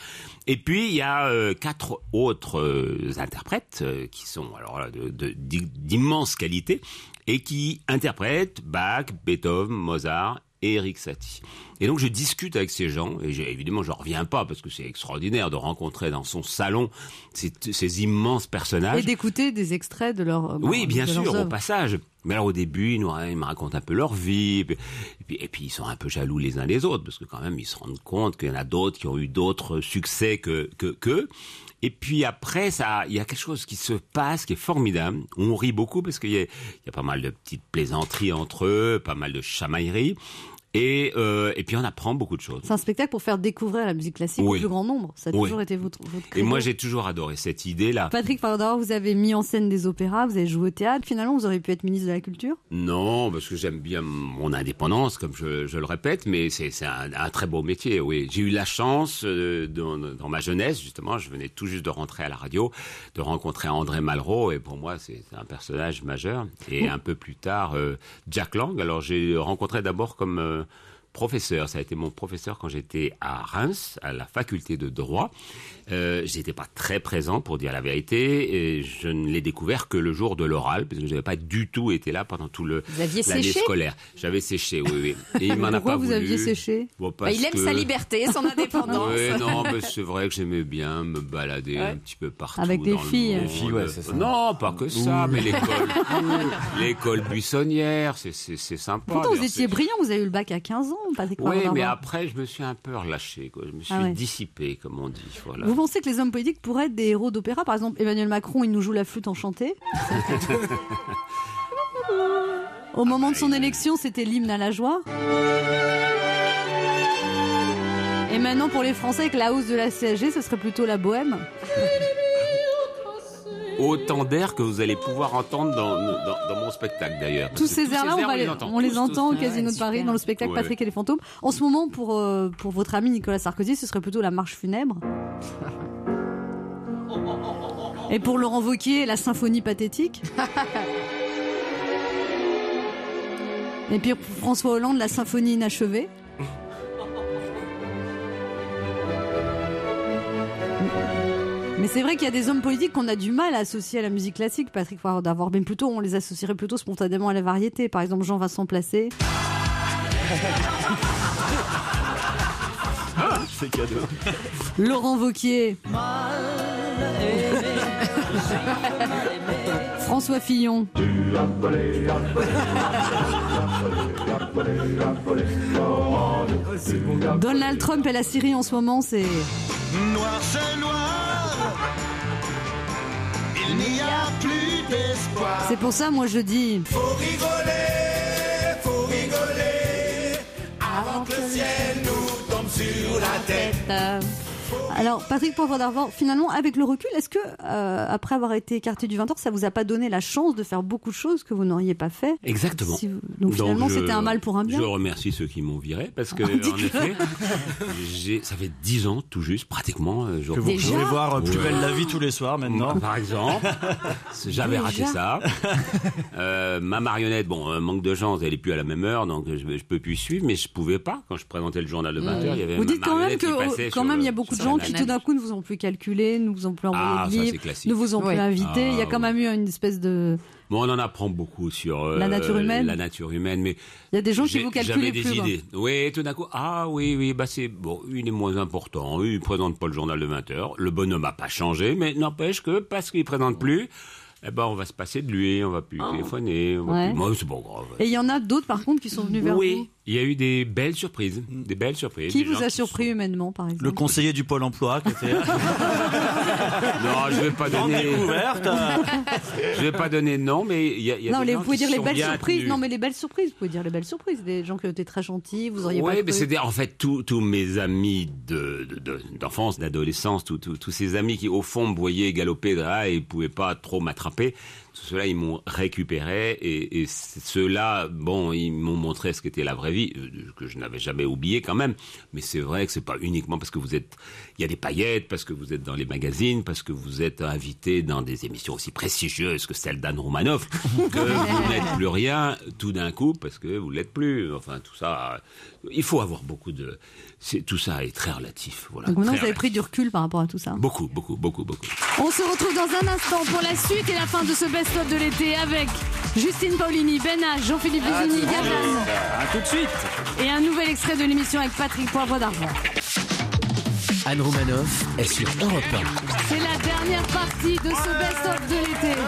Speaker 15: Et puis, il y a euh, quatre autres euh, interprètes euh, qui sont alors là, de- de- d'i- d'immense qualité et qui interprètent Bach, Beethoven, Mozart et Eric Satie. Et donc je discute avec ces gens, et j'ai- évidemment j'en reviens pas, parce que c'est extraordinaire de rencontrer dans son salon ces, ces immenses personnages.
Speaker 17: Et d'écouter des extraits de
Speaker 2: euh,
Speaker 17: leur.
Speaker 15: Ah, Oui, bien
Speaker 17: de leurs
Speaker 15: sûr, au
Speaker 17: œuvres.
Speaker 15: passage. Mais alors au début, ils, nous, ils me racontent un peu leur vie, et puis, et puis- et puis ils sont un peu jaloux les uns des autres, parce que quand même ils se rendent compte qu'il y en a d'autres qui ont eu d'autres succès que que qu'eux. Et puis après, ça, il y a quelque chose qui se passe, qui est formidable. On rit beaucoup parce qu'il y, a- il y a pas mal de petites plaisanteries entre eux, pas mal de chamailleries. Et, euh, et puis on apprend beaucoup de choses.
Speaker 2: C'est un spectacle pour faire découvrir la musique classique
Speaker 15: Oui.
Speaker 2: au plus grand nombre. Ça a
Speaker 15: Oui.
Speaker 2: toujours été votre, votre
Speaker 15: Et
Speaker 2: credo.
Speaker 15: moi, j'ai toujours adoré cette idée-là.
Speaker 2: Patrick Pardor, vous avez mis en scène des opéras, vous avez joué au théâtre. Finalement, vous auriez pu être ministre de la Culture.
Speaker 15: Non, parce que j'aime bien mon indépendance, comme je, je le répète, mais c'est c'est un, un très beau métier, oui. J'ai eu la chance, euh, dans, dans ma jeunesse, justement, je venais tout juste de rentrer à la radio, de rencontrer André Malraux, et pour moi, c'est un personnage majeur. Et un peu plus tard, euh, Jack Lang. Alors, j'ai rencontré d'abord comme... euh, professeur. Ça a été mon professeur quand j'étais à Reims, à la faculté de droit. Euh, j'étais pas très présent pour dire la vérité. Et je ne l'ai découvert que le jour de l'oral, parce que j'avais pas du tout été
Speaker 16: *laughs*
Speaker 15: là pendant tout le
Speaker 16: Vous aviez
Speaker 15: l'année
Speaker 16: séché
Speaker 15: scolaire. J'avais séché, oui, oui. Et il m'en a
Speaker 16: Pourquoi
Speaker 15: pas
Speaker 16: vous
Speaker 15: voulu.
Speaker 16: aviez séché
Speaker 15: Bon,
Speaker 16: Bah,
Speaker 15: parce
Speaker 16: Il aime
Speaker 15: que-
Speaker 16: sa liberté,
Speaker 15: *laughs*
Speaker 16: son indépendance.
Speaker 15: Ouais, non, mais c'est vrai que j'aimais bien me balader
Speaker 16: Ouais.
Speaker 15: un petit peu partout.
Speaker 16: Avec des
Speaker 15: dans le
Speaker 16: filles.
Speaker 15: monde.
Speaker 16: Des filles, ouais, c'est ça.
Speaker 15: Non, pas que ça,
Speaker 16: Ouh.
Speaker 15: mais
Speaker 16: *laughs*
Speaker 15: l'école, l'école buissonnière, c'est, c'est, c'est sympa.
Speaker 2: Pourtant, vous
Speaker 15: D'ailleurs, c'est-
Speaker 2: étiez brillant, vous avez eu le bac à 15 ans, Patrick
Speaker 15: Oh, oui,
Speaker 2: Pardor.
Speaker 15: mais après, je me suis un peu relâché. Quoi. Je me suis
Speaker 2: Ah ouais.
Speaker 15: dissipé, comme on dit. Voilà.
Speaker 2: Vous pensez que les hommes politiques pourraient être des héros d'opéra Par exemple, Emmanuel Macron, il nous joue la flûte enchantée. Au moment de son
Speaker 15: euh,
Speaker 2: élection, c'était l'hymne à la joie. Et maintenant, pour les Français, avec la hausse de la CSG, ce serait plutôt la bohème.
Speaker 15: Autant d'air que vous allez pouvoir entendre dans, dans- dans mon spectacle, d'ailleurs.
Speaker 2: Tous ces airs-là, on, va les- on les entend au Casino de Paris, dans le spectacle
Speaker 15: Ouais,
Speaker 2: Patrick
Speaker 15: ouais.
Speaker 2: et les fantômes. En ce moment, pour, euh, pour votre ami Nicolas Sarkozy, ce serait plutôt la marche *laughs* funèbre. Et pour Laurent Vauquier, la symphonie *laughs* pathétique. Et puis pour François Hollande, la symphonie inachevée. Mais c'est vrai qu'il y a des hommes politiques qu'on a du mal à associer à la musique classique, Patrick d'avoir mais plutôt on les associerait plutôt spontanément à la variété. Par exemple, Jean-Vincent Placé.
Speaker 7: *laughs* C'est cadeau.
Speaker 2: Laurent Vauquier. François Fillon. Donald Trump et la Syrie en ce moment, c'est.
Speaker 7: Noir c'est noir. Il n'y a plus d'espoir.
Speaker 2: C'est pour ça, moi, je dis.
Speaker 7: Faut rigoler, faut rigoler. Avant que le ciel nous tombe sur la tête.
Speaker 2: Euh, Alors, Patrick Poivre d'Arvor, finalement, avec le recul, est-ce que, euh, après avoir été écarté du 20 ans, ça vous a pas donné la chance de faire beaucoup de choses que vous n'auriez pas fait
Speaker 15: Exactement.
Speaker 2: Si vous- Donc, finalement,
Speaker 15: je-
Speaker 2: c'était un mal pour un bien.
Speaker 15: Je remercie ceux qui m'ont viré parce
Speaker 2: *laughs*
Speaker 15: que, en effet, j'ai- ça fait 10 ans tout juste, pratiquement. euh, je
Speaker 3: Que vous
Speaker 15: reprends-
Speaker 3: pouvez voir euh, plus
Speaker 15: Ouais.
Speaker 3: belle la vie tous les soirs maintenant.
Speaker 15: Par
Speaker 2: *laughs*
Speaker 15: exemple, j'avais raté
Speaker 3: Déjà.
Speaker 15: ça. Euh, ma marionnette, bon, un manque de chance, elle est plus à la même heure, donc je, je peux plus suivre, mais je pouvais pas quand je présentais le journal de 20 h Il y avait
Speaker 2: Mm.
Speaker 15: ma
Speaker 2: Vous dites quand même
Speaker 15: marionnette qui
Speaker 2: que oh,
Speaker 15: passait
Speaker 2: quand
Speaker 15: sur
Speaker 2: même il y
Speaker 15: le-
Speaker 2: a beaucoup de
Speaker 15: sur la
Speaker 2: gens qui
Speaker 15: nana.
Speaker 2: tout d'un coup ne vous ont plus calculé, ne vous ont plus envoyé
Speaker 15: Ah,
Speaker 2: de
Speaker 15: ça, c'est
Speaker 2: livre,
Speaker 15: classique.
Speaker 2: ne vous ont plus
Speaker 15: Ouais.
Speaker 2: invité. il y a
Speaker 15: Ah,
Speaker 2: quand même eu une espèce de.
Speaker 15: Bon, on en apprend beaucoup sur euh,
Speaker 2: La nature humaine.
Speaker 15: La nature humaine, mais
Speaker 2: Il y a des gens qui
Speaker 15: j'ai-
Speaker 2: vous
Speaker 15: j'avais
Speaker 2: calculent
Speaker 15: des
Speaker 2: plus. hein.
Speaker 15: idées. Oui, tout d'un coup, ah oui, oui, bah c'est bon, il est moins important. Il présente pas le journal de 20 h Le bonhomme a pas changé, mais n'empêche que parce qu'il présente plus, eh ben on va se passer de lui, on va plus téléphoner. on va
Speaker 2: Oh. Ouais.
Speaker 15: plus- Moi, c'est pas grave.
Speaker 2: Et il y en a d'autres par contre qui sont venus vers
Speaker 15: Oui. Il y a eu des belles surprises, des belles
Speaker 2: vous.
Speaker 15: surprises.
Speaker 2: Qui
Speaker 15: des gens
Speaker 2: vous a surpris humainement, par exemple
Speaker 3: Le conseiller du pôle emploi qui
Speaker 15: *laughs*
Speaker 3: était
Speaker 15: Non, je vais pas
Speaker 3: Grande
Speaker 15: donner.
Speaker 3: découverte.
Speaker 15: je vais pas donner de nom, mais il y a, il y a
Speaker 2: non,
Speaker 15: des
Speaker 2: les,
Speaker 15: gens
Speaker 2: vous pouvez
Speaker 15: qui
Speaker 2: dire les
Speaker 15: sont
Speaker 2: belles
Speaker 15: bien
Speaker 2: surprises.
Speaker 15: tenus.
Speaker 2: Non, mais les belles surprises. Vous pouvez dire les belles surprises. Des gens qui ont été très gentils. Vous auriez pas.
Speaker 15: Oui, mais
Speaker 2: cru.
Speaker 15: c'est des- en fait tous tous mes amis de- de- de- d'enfance, d'adolescence, tous tous- tous ces amis qui au fond me voyaient galoper là et pouvaient pas trop m'attraper. Tous ceux-là, ils m'ont récupéré et, et ceux-là, bon, ils m'ont montré ce qu'était la vraie vie euh, que je n'avais jamais oublié quand même. Mais c'est vrai que c'est pas uniquement parce que vous êtes, il y a des paillettes, parce que vous êtes dans les magazines, parce que vous êtes invité dans des émissions aussi prestigieuses que celle d'Anne Romanoff que vous n'êtes plus rien tout d'un coup parce que vous l'êtes plus. Enfin, tout ça, euh, il faut avoir beaucoup de. c'est- Tout ça est très relatif. Voilà.
Speaker 2: Donc maintenant,
Speaker 15: Très
Speaker 2: vous avez
Speaker 15: relatif.
Speaker 2: pris du recul par rapport à tout ça.
Speaker 15: Beaucoup, beaucoup, beaucoup, beaucoup.
Speaker 2: On se retrouve dans un instant pour la suite et la fin de ce best-of de l'été avec Justine Paolini, Ben H, Jean-Philippe Vizini, Gabin
Speaker 14: À tout de suite.
Speaker 2: et un nouvel extrait de l'émission avec Patrick Poivre d'Arvor.
Speaker 1: Anne Romanoff est sur Europe
Speaker 2: C'est la dernière partie de ce best-of de l'été.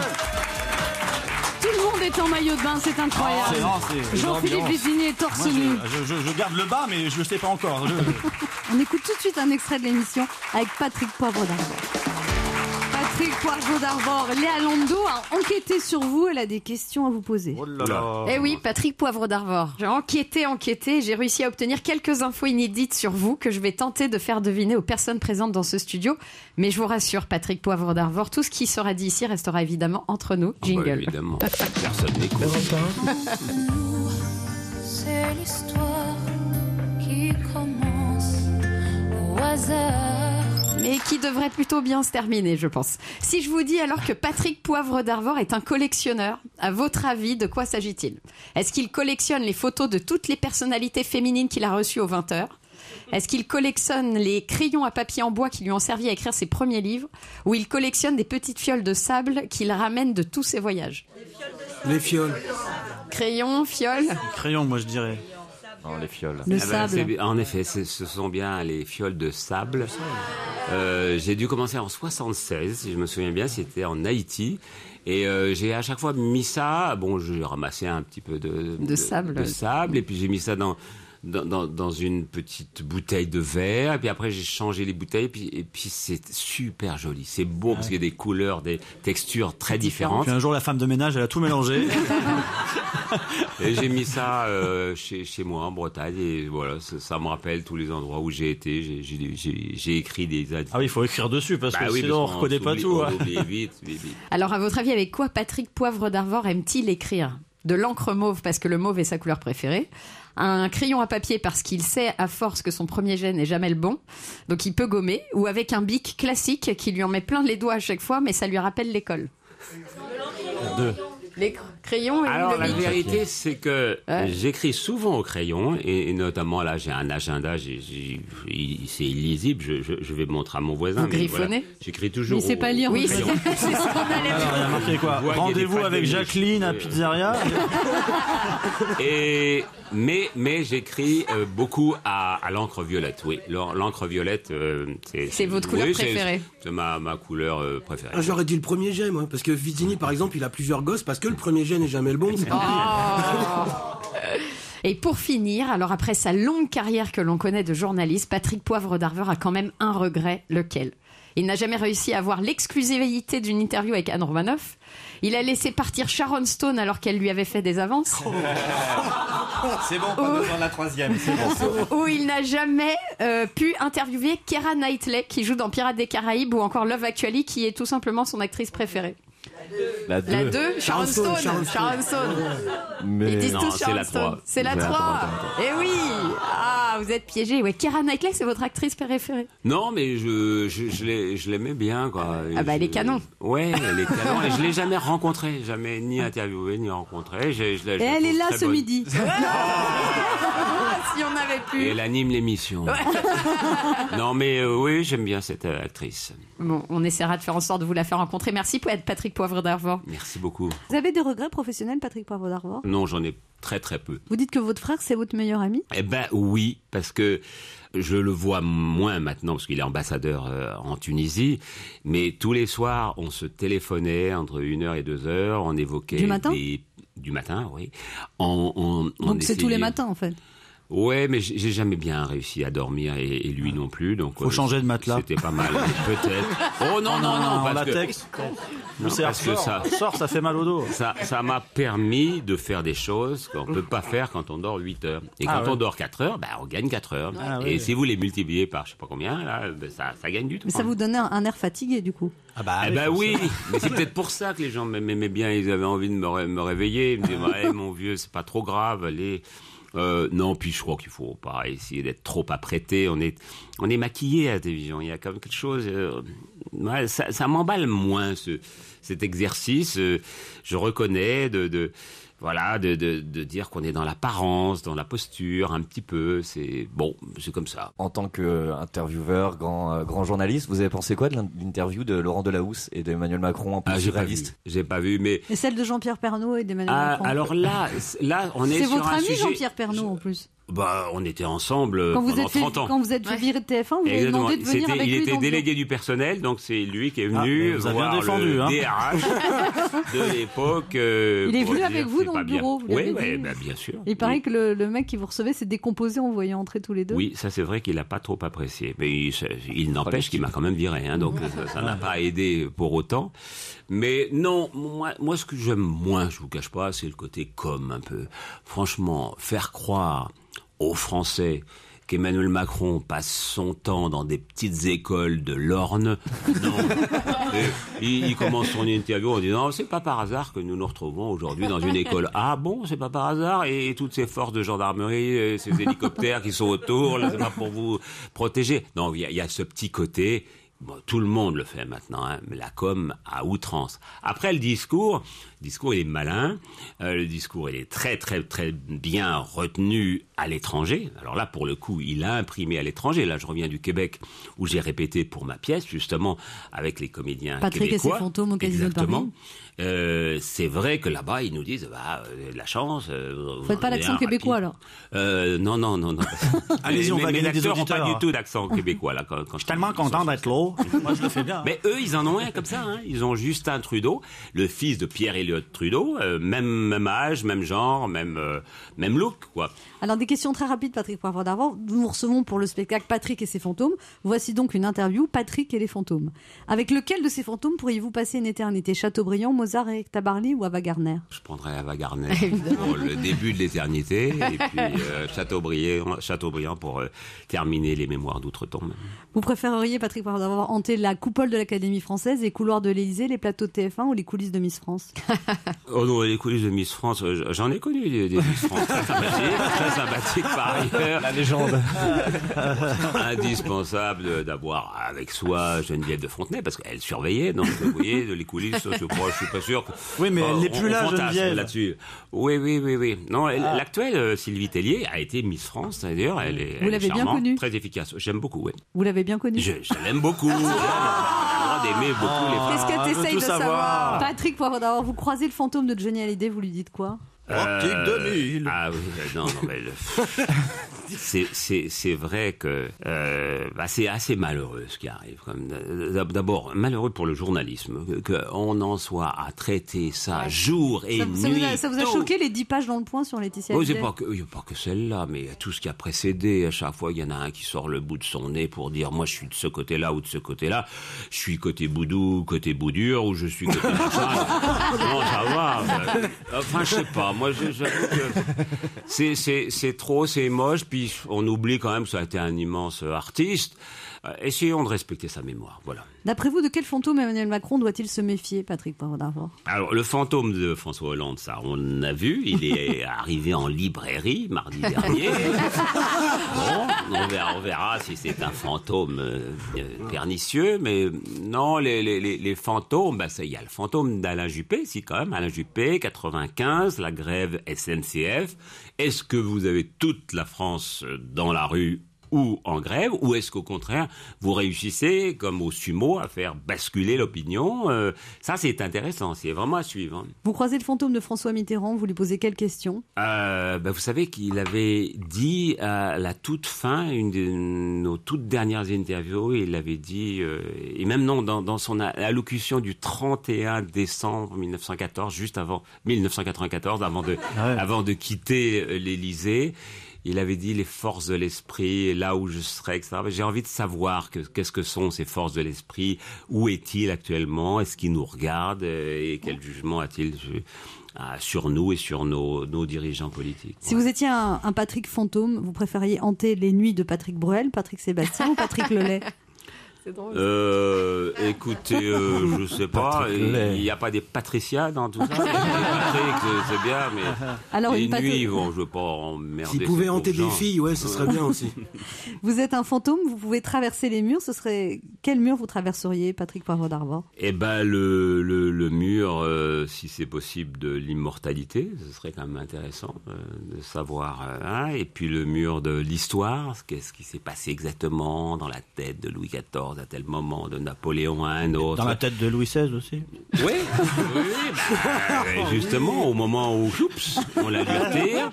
Speaker 2: Tout le monde est en maillot de bain, c'est incroyable.
Speaker 3: C'est- non, c'est-
Speaker 2: Jean-Philippe
Speaker 3: l'ambiance.
Speaker 2: Vézini est torse
Speaker 3: Moi, je-
Speaker 2: nu.
Speaker 3: je, je- je garde le bas, mais je le sais pas encore. Je-
Speaker 2: On écoute tout de suite un extrait de l'émission avec Patrick Poivre d'Arvor. Patrick Patrick Poirgeau d'Arvor, Léa Londo a enquêté sur vous, elle a des questions à vous poser.
Speaker 16: Eh oui, Patrick Poivre d'Arvor. J'ai enquêté, enquêté, et j'ai réussi à obtenir quelques infos inédites sur vous que je vais tenter de faire deviner aux personnes présentes dans ce studio. Mais je vous rassure, Patrick Poivre d'Arvor, tout ce qui sera dit ici restera évidemment entre nous.
Speaker 15: Ah bah,
Speaker 16: Jingle.
Speaker 15: évidemment.
Speaker 2: Euh.
Speaker 15: Personne n'écoute.
Speaker 18: C'est l'histoire qui commence au hasard.
Speaker 16: Mais qui devrait plutôt bien se terminer, je pense. Si je vous dis alors que Patrick Poivre d'Arvor est un collectionneur, à votre avis, de quoi s'agit-il Est-ce qu'il collectionne les photos de toutes les personnalités féminines qu'il a reçues aux 20 heures est-ce qu'il collectionne les crayons à papier en bois qui lui ont servi à écrire ses premiers livres Ou il collectionne des petites fioles de sable qu'il ramène de tous ses voyages
Speaker 9: Les fioles.
Speaker 16: Crayons, fioles
Speaker 3: Crayon, moi je dirais.
Speaker 15: Non, les fioles.
Speaker 16: Le sable.
Speaker 15: Eh ben, c'est- en effet, c'est- ce sont bien les fioles de sable. Euh, j'ai dû commencer en 76, si je me souviens bien, c'était en Haïti. Et euh, j'ai à chaque fois mis ça. Bon, j'ai ramassé un petit peu de,
Speaker 16: De sable.
Speaker 15: de sable, et puis j'ai mis ça dans, dans, dans- dans une petite bouteille de verre. Et puis après, j'ai changé les bouteilles. Et puis, et puis c'est super joli. C'est beau parce
Speaker 3: Ouais.
Speaker 15: qu'il y a des couleurs, des textures très différentes.
Speaker 3: Puis un jour, la femme de ménage, elle a
Speaker 15: *laughs*
Speaker 3: tout mélangé.
Speaker 15: Et j'ai mis ça euh, chez, chez moi en Bretagne et voilà, ça, ça me rappelle tous les endroits où j'ai été. J'ai- j'ai- J'ai j'ai écrit des. Ah
Speaker 3: oui, il faut écrire dessus parce que
Speaker 15: Bah
Speaker 3: sinon, on reconnaît pas tout, hein.
Speaker 15: vite, vite,
Speaker 2: *laughs*
Speaker 15: vite.
Speaker 16: Alors, à votre avis, avec quoi Patrick Poivre d'Arvor aime-t-il écrire De l'encre mauve parce que le mauve est sa couleur préférée. Un crayon à papier parce qu'il sait à force que son premier jet n'est jamais le bon, donc il peut gommer. Ou avec un bic classique qui lui en met plein les doigts à chaque fois, mais ça lui rappelle l'école.
Speaker 15: Deux.
Speaker 16: Les cr- crayons et
Speaker 15: Alors
Speaker 16: le
Speaker 15: la
Speaker 16: bic.
Speaker 15: vérité, c'est que
Speaker 16: Ouais.
Speaker 15: j'écris souvent au crayon et, et notamment là, j'ai un agenda, j'ai- j'ai- il- c'est illisible. Je, je- je vais le montrer à mon voisin.
Speaker 2: Vous
Speaker 15: mais voilà.
Speaker 2: griffonnez
Speaker 15: J'écris toujours. Ah.
Speaker 2: Il sait
Speaker 15: au-
Speaker 2: pas lire,
Speaker 15: au
Speaker 2: oui,
Speaker 15: crayon.
Speaker 2: *laughs* c'est c'est ce qu'on allait
Speaker 3: Alors, il y a marqué quoi
Speaker 15: Ouais, il y a des
Speaker 3: Rendez-vous
Speaker 15: pâtés,
Speaker 3: avec
Speaker 15: des
Speaker 3: Jacqueline à
Speaker 15: choses, euh,
Speaker 3: Pizzeria.
Speaker 15: *laughs* Et mais mais j'écris euh, beaucoup à, à l'encre violette. Oui, L'en- l'encre violette, euh, c'est
Speaker 16: C'est votre couleur
Speaker 15: oui, c'est-
Speaker 16: préférée.
Speaker 15: C'est ma, ma couleur euh, préférée.
Speaker 9: Ah, J'aurais dit le premier jet, moi, parce que Vitini, par exemple, il a plusieurs gosses parce que le premier jet n'est jamais le bon. c'est
Speaker 16: Et pour finir, alors après sa longue carrière que l'on connaît de journaliste, Patrick Poivre d'Arvor a quand même un regret, lequel Il n'a jamais réussi à avoir l'exclusivité d'une interview avec Anne Romanoff. Il a laissé partir Sharon Stone alors qu'elle lui avait fait des avances.
Speaker 4: C'est bon, pas besoin de la troisième, c'est bon.
Speaker 16: Ou il n'a jamais euh, pu interviewer Kera Knightley qui joue dans Pirates des Caraïbes ou encore Love Actually qui est tout simplement son actrice préférée.
Speaker 11: La
Speaker 16: La 2, Sharon Stone. Sharon Stone.
Speaker 11: Mais
Speaker 16: Ils disent
Speaker 11: non,
Speaker 16: tous
Speaker 11: c'est
Speaker 16: Sharon
Speaker 11: la
Speaker 16: Stone.
Speaker 11: trois.
Speaker 16: C'est la
Speaker 11: C'est la
Speaker 16: 3.
Speaker 11: trois,
Speaker 16: Et oui Ah, vous êtes piégé. Ouais, Kara Knightley, c'est votre actrice préférée.
Speaker 15: Non, mais je je, je l'ai- je l'aimais bien quoi.
Speaker 16: Ah bah,
Speaker 15: Je-
Speaker 16: elle est canon.
Speaker 15: Ouais, elle est canon. et je
Speaker 16: *laughs*
Speaker 15: l'ai jamais rencontrée, jamais ni interviewée ni rencontrée. Je- je la- je
Speaker 2: Et
Speaker 15: la
Speaker 2: elle est
Speaker 15: trouve
Speaker 2: là
Speaker 15: très
Speaker 2: ce
Speaker 15: bonne.
Speaker 2: midi.
Speaker 16: si on avait
Speaker 15: Et
Speaker 16: pu.
Speaker 15: elle anime l'émission. *laughs* Non, mais euh, oui, j'aime bien cette euh, actrice.
Speaker 16: Bon, on essaiera de faire en sorte de vous la faire rencontrer. Merci pour être Patrick Poivre d'Arvor.
Speaker 15: Merci beaucoup.
Speaker 2: Vous avez des regrets professionnels, Patrick Poivre d'Arvor
Speaker 15: Non, j'en ai très très peu.
Speaker 2: Vous dites que votre frère, c'est votre meilleur ami
Speaker 15: Eh ben oui, parce que je le vois moins maintenant parce qu'il est ambassadeur euh, en Tunisie, mais tous les soirs on se téléphonait entre 1h et 2h, on évoquait
Speaker 2: Du matin
Speaker 15: des- du matin, oui. On, on- on
Speaker 2: Donc c'est tous les
Speaker 15: essayait-
Speaker 2: matins en fait.
Speaker 15: Ouais, mais j'ai j'ai jamais bien réussi à dormir et, et lui non plus, donc euh,
Speaker 3: Faut changer de matelas.
Speaker 15: C'était pas mal, peut-être. Oh
Speaker 3: Ah
Speaker 15: non non non,
Speaker 3: *laughs* en
Speaker 15: parce que-
Speaker 3: latex.
Speaker 15: Non,
Speaker 3: Le cerf
Speaker 15: parce que
Speaker 3: sort.
Speaker 15: ça-
Speaker 3: sort, ça fait mal au dos.
Speaker 15: Ça, ça m'a permis de faire des choses qu'on ne peut pas faire quand on dort 8 heures. Et
Speaker 3: Ah
Speaker 15: quand
Speaker 3: ouais.
Speaker 15: on dort 4 heures, bah, on gagne 4 heures.
Speaker 2: Ah
Speaker 15: et
Speaker 2: ouais.
Speaker 15: si vous les multipliez par je sais pas combien, là, bah, ça, ça gagne du tout.
Speaker 2: Mais ça vous donnait un un air fatigué du coup.
Speaker 15: Ah bah, eh
Speaker 2: oui,
Speaker 15: ben
Speaker 2: forcément.
Speaker 15: oui, *laughs* mais c'est peut-être pour ça que les gens m'aimaient bien, ils avaient envie de me, ré- me réveiller, ils me disaient, ouais, mon vieux, c'est pas trop grave, allez. Euh, non, puis je crois qu'il faut pas essayer d'être trop apprêté. On est, on est maquillé à la télévision. Il y a quand même quelque chose. euh, ouais, ça ça m'emballe moins ce, cet exercice. euh, je reconnais de, de voilà de, de, de dire qu'on est dans l'apparence, dans la posture, un petit peu. C'est bon, c'est comme ça.
Speaker 11: En tant qu'intervieweur, grand, euh, grand journaliste, vous avez pensé quoi de l'in- l'interview de Laurent Delahousse et d'Emmanuel Macron en plus
Speaker 15: Ah, j'ai pas vu.
Speaker 11: surréaliste
Speaker 15: J'ai pas vu, mais
Speaker 2: Et celle de Jean-Pierre Pernaud et d'Emmanuel
Speaker 15: Ah,
Speaker 2: Macron.
Speaker 15: alors là, là, on est,
Speaker 2: C'est
Speaker 15: sur
Speaker 2: votre
Speaker 15: un
Speaker 2: ami
Speaker 15: sujet.
Speaker 2: Jean-Pierre Pernaud en plus.
Speaker 15: Bah, on était ensemble euh,
Speaker 2: Quand vous,
Speaker 15: pendant
Speaker 2: êtes fait,
Speaker 15: 30 ans.
Speaker 2: quand vous êtes fait virer de TF1, vous avez
Speaker 15: Exactement.
Speaker 2: demandé de venir
Speaker 15: C'était-
Speaker 2: avec
Speaker 15: il
Speaker 2: lui. dans
Speaker 15: était
Speaker 2: le
Speaker 15: délégué du personnel, donc c'est lui qui est venu
Speaker 3: Ah, mais vous a bien
Speaker 15: voir
Speaker 3: défendu,
Speaker 15: le
Speaker 3: hein.
Speaker 15: DRH
Speaker 2: *laughs*
Speaker 15: de l'époque. euh,
Speaker 2: Il est
Speaker 15: pour
Speaker 2: venu
Speaker 15: dire
Speaker 2: avec
Speaker 15: que
Speaker 2: vous
Speaker 15: c'est
Speaker 2: dans
Speaker 15: pas
Speaker 2: le
Speaker 15: bien.
Speaker 2: bureau, vous l'avez
Speaker 15: Oui, ouais,
Speaker 2: dit.
Speaker 15: bah, bien sûr.
Speaker 2: bureau. Il paraît que le, le mec qui vous recevait s'est décomposé en voyant entrer tous les deux.
Speaker 15: Oui, ça c'est vrai qu'il n'a pas trop apprécié. Mais il, ça- il n'empêche qu'il m'a quand même viré. hein, donc ça- ça n'a pas aidé pour autant. Mais non, moi, moi ce que j'aime moins, je vous cache pas, c'est le côté com un peu. Franchement, faire croire aux Français qu'Emmanuel Macron passe son temps dans des petites écoles de l'Orne. Non. Et il, il commence son interview en disant c'est pas par hasard que nous nous retrouvons aujourd'hui dans une école. Ah bon, c'est pas par hasard et, toutes ces forces de gendarmerie, euh, ces hélicoptères qui sont autour, là, c'est pas pour vous protéger. Non, il y, a- il y a ce petit côté. bon, tout le monde le fait maintenant, hein, mais la com à outrance. Après le discours, le discours il est malin, euh, le discours il est très très très bien retenu à l'étranger. Alors là pour le coup il a imprimé à l'étranger. Là je reviens du Québec où j'ai répété pour ma pièce justement avec les comédiens
Speaker 2: Patrick et ses
Speaker 15: québécois.
Speaker 2: fantômes au Casino de Paris.
Speaker 15: Exactement. Euh, c'est vrai que là-bas, ils nous disent bah, euh, la chance. euh, vous
Speaker 2: Faites pas
Speaker 15: en avez
Speaker 2: l'accent
Speaker 15: un
Speaker 2: québécois alors.
Speaker 15: rapide. Euh, non, non, non, *laughs* non.
Speaker 3: *laughs* Allez-y, on
Speaker 15: Mais-
Speaker 3: va
Speaker 15: mais
Speaker 3: gagner
Speaker 15: Les
Speaker 3: des
Speaker 15: acteurs n'ont pas
Speaker 3: auditeurs.
Speaker 15: du tout d'accent québécois. Là, quand, quand je suis
Speaker 3: tellement content d'être là. Moi, je le fais bien.
Speaker 15: mais eux, ils en ont un comme ça. hein. Ils ont Justin Trudeau, le fils de Pierre Elliott Trudeau, euh, même, même âge, même genre, même, euh, même look, quoi.
Speaker 2: Alors, des questions très rapides, Patrick Poivre d'Arvor. Nous nous recevons pour le spectacle Patrick et ses fantômes. Voici donc une interview Patrick et les fantômes. Avec lequel de ces fantômes pourriez-vous passer une éternité Chateaubriand, Mozart, Eric Tabarly ou Ava Gardner
Speaker 15: Je prendrai Ava Gardner pour le début de l'éternité et puis euh, Chateaubriand, Chateaubriand pour euh, terminer les mémoires d'outre-tombe.
Speaker 2: Vous préféreriez, Patrick Poivre d'Arvor, hanter la coupole de l'Académie française, les couloirs de l'Élysée, les plateaux de TF1 ou les coulisses de Miss France
Speaker 15: Oh non, les coulisses de Miss France, euh, j'en ai connu des, des Miss France très
Speaker 3: *laughs*
Speaker 15: sympathiques, très sympathiques par ailleurs. La légende. *laughs* Indispensable d'avoir avec soi Geneviève de Fontenay parce qu'elle surveillait, donc vous voyez, les coulisses, je, crois, je suis pas sûr. que-
Speaker 3: Oui, mais elle n'est
Speaker 15: on-
Speaker 3: plus
Speaker 15: on
Speaker 3: là,
Speaker 15: fantasme
Speaker 3: Geneviève.
Speaker 15: là-dessus. Oui, oui, oui, oui. Non, elle-
Speaker 3: Ah.
Speaker 15: l'actuelle euh, Sylvie Tellier a été Miss France d'ailleurs. Elle est,
Speaker 2: Vous
Speaker 15: elle est
Speaker 2: l'avez bien
Speaker 15: charmante,
Speaker 2: connue.
Speaker 15: très efficace. J'aime beaucoup, oui.
Speaker 2: Vous l'avez bien connu
Speaker 15: Je, je l'aime
Speaker 2: *laughs*
Speaker 15: beaucoup. Elle a le droit d'aimer beaucoup
Speaker 3: Ah.
Speaker 15: les
Speaker 2: Qu'est-ce
Speaker 15: Français.
Speaker 2: que t'essayes de savoir, Patrick Poivre d'Arvor, vous croisez le fantôme de Johnny Hallyday, vous lui dites quoi
Speaker 15: Euh, Ah oui, euh, non, non, mais le- c'est- c'est c'est vrai que euh, bah, c'est assez malheureux ce qui arrive. quand même. D'ab- D'abord, malheureux pour le journalisme, qu'on en soit à traiter ça jour et
Speaker 2: ça,
Speaker 15: nuit.
Speaker 2: ça vous a, ça vous a
Speaker 15: tôt.
Speaker 2: choqué les 10 pages dans le point sur Laetitia
Speaker 15: Oh, c'est
Speaker 2: Hallyday
Speaker 15: pas que- Il n'y a pas que celle-là, mais il y a tout ce qui a précédé. À chaque fois, il y en a un qui sort le bout de son nez pour dire Moi, je suis de ce côté-là ou de ce côté-là. Je suis côté boudou, côté boudure, ou je suis côté machin. non, ça va. mais- Enfin, je sais pas. Moi, je- j'avoue que c'est- c'est c'est trop, c'est moche. Puis on oublie quand même que ça a été un immense artiste. Euh, Essayons de respecter sa mémoire. Voilà.
Speaker 2: D'après vous, de quel fantôme Emmanuel Macron doit-il se méfier, Patrick Poivre d'Arvor
Speaker 15: Alors, le fantôme de François Hollande, ça, on a vu. Il est arrivé en librairie mardi dernier. Bon, on verra, on verra si c'est un fantôme euh, euh, pernicieux, mais non, les, les- les- les fantômes, bah, ça, il y a le fantôme d'Alain Juppé, si quand même, Alain Juppé, 95, la grève SNCF. Est-ce que vous avez toute la France dans la rue ou en grève, ou est-ce qu'au contraire, vous réussissez, comme au sumo, à faire basculer l'opinion Euh, Ça, c'est intéressant, c'est vraiment à suivre. hein.
Speaker 2: Vous croisez le fantôme de François Mitterrand, vous lui posez quelle question
Speaker 15: Euh, bah, vous savez qu'il avait dit à la toute fin, une de nos toutes dernières interviews, il avait dit, euh, et même non, dans, dans son a- allocution du 31 décembre 1914, juste avant 1994, avant de, avant de quitter euh, l'Élysée, il avait dit les forces de l'esprit, là où je serai, etc. J'ai envie de savoir que- qu'est-ce que sont ces forces de l'esprit, où est-il actuellement, est-ce qu'il nous regarde euh, et quel jugement a-t-il su- ah, sur nous et sur nos, nos dirigeants politiques.
Speaker 2: Si vous étiez un, un Patrick fantôme, vous préfériez hanter les nuits de Patrick Bruel, Patrick Sébastien
Speaker 15: *laughs*
Speaker 2: ou Patrick Lelay
Speaker 15: Euh, écoutez, euh, je sais pas,
Speaker 7: Patrick Lay.
Speaker 15: il n'y a pas des patricias dans tout ça. Des Patrick, euh, c'est bien,
Speaker 2: *laughs*
Speaker 15: mais
Speaker 2: Alors,
Speaker 15: les
Speaker 2: une patrie-
Speaker 15: nuits, bon, je veux pas emmerder.
Speaker 9: S'ils pouvaient
Speaker 15: ces pauvres
Speaker 9: hanter des
Speaker 15: gens.
Speaker 9: filles, ouais, ce serait bien aussi.
Speaker 2: Vous êtes un fantôme, vous pouvez traverser les murs, ce serait quel mur vous traverseriez, Patrick Poivre d'Arvor
Speaker 15: Eh ben le, le, le mur, euh, si c'est possible, de l'immortalité, ce serait quand même intéressant euh, de savoir. euh, hein. et puis le mur de l'histoire, ce qu'est-ce qui s'est passé exactement dans la tête de Louis XIV à tel moment, de Napoléon à un autre.
Speaker 3: Dans la tête de Louis XVI aussi.
Speaker 15: Oui, oui, oui, bah, euh, justement, au moment où, oups, on l'a vu dire,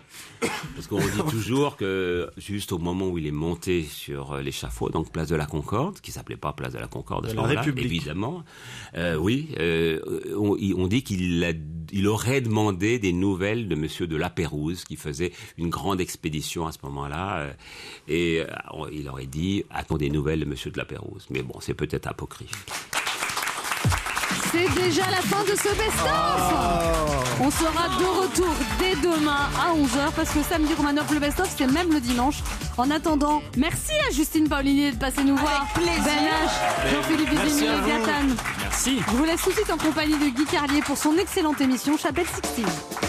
Speaker 15: Parce qu'on dit toujours que juste au moment où il est monté sur euh, l'échafaud, donc place de la Concorde, qui s'appelait pas place de la Concorde à
Speaker 3: De
Speaker 15: ce
Speaker 3: la
Speaker 15: moment-là,
Speaker 3: République.
Speaker 15: évidemment, euh, oui, euh, on, il- on dit qu'il a- il aurait demandé des nouvelles de Monsieur de La Pérouse, qui faisait une grande expédition à ce moment-là, euh, et euh, on- il aurait dit attends des nouvelles de Monsieur de La Pérouse. Mais bon, c'est peut-être apocryphe.
Speaker 2: C'est déjà la fin de ce best-of On sera de retour dès demain à 11h parce que samedi Romanov le best-of c'est même le dimanche. En attendant, merci à Justine Paulinier de passer nous voir. Avec plaisir. Ben H, Jean-Philippe
Speaker 14: Merci
Speaker 2: Isigny
Speaker 14: à vous.
Speaker 2: et Gaëtan.
Speaker 14: Merci.
Speaker 2: Je vous laisse tout de suite en compagnie de Guy Carlier pour son excellente émission Chapelle Sixtine.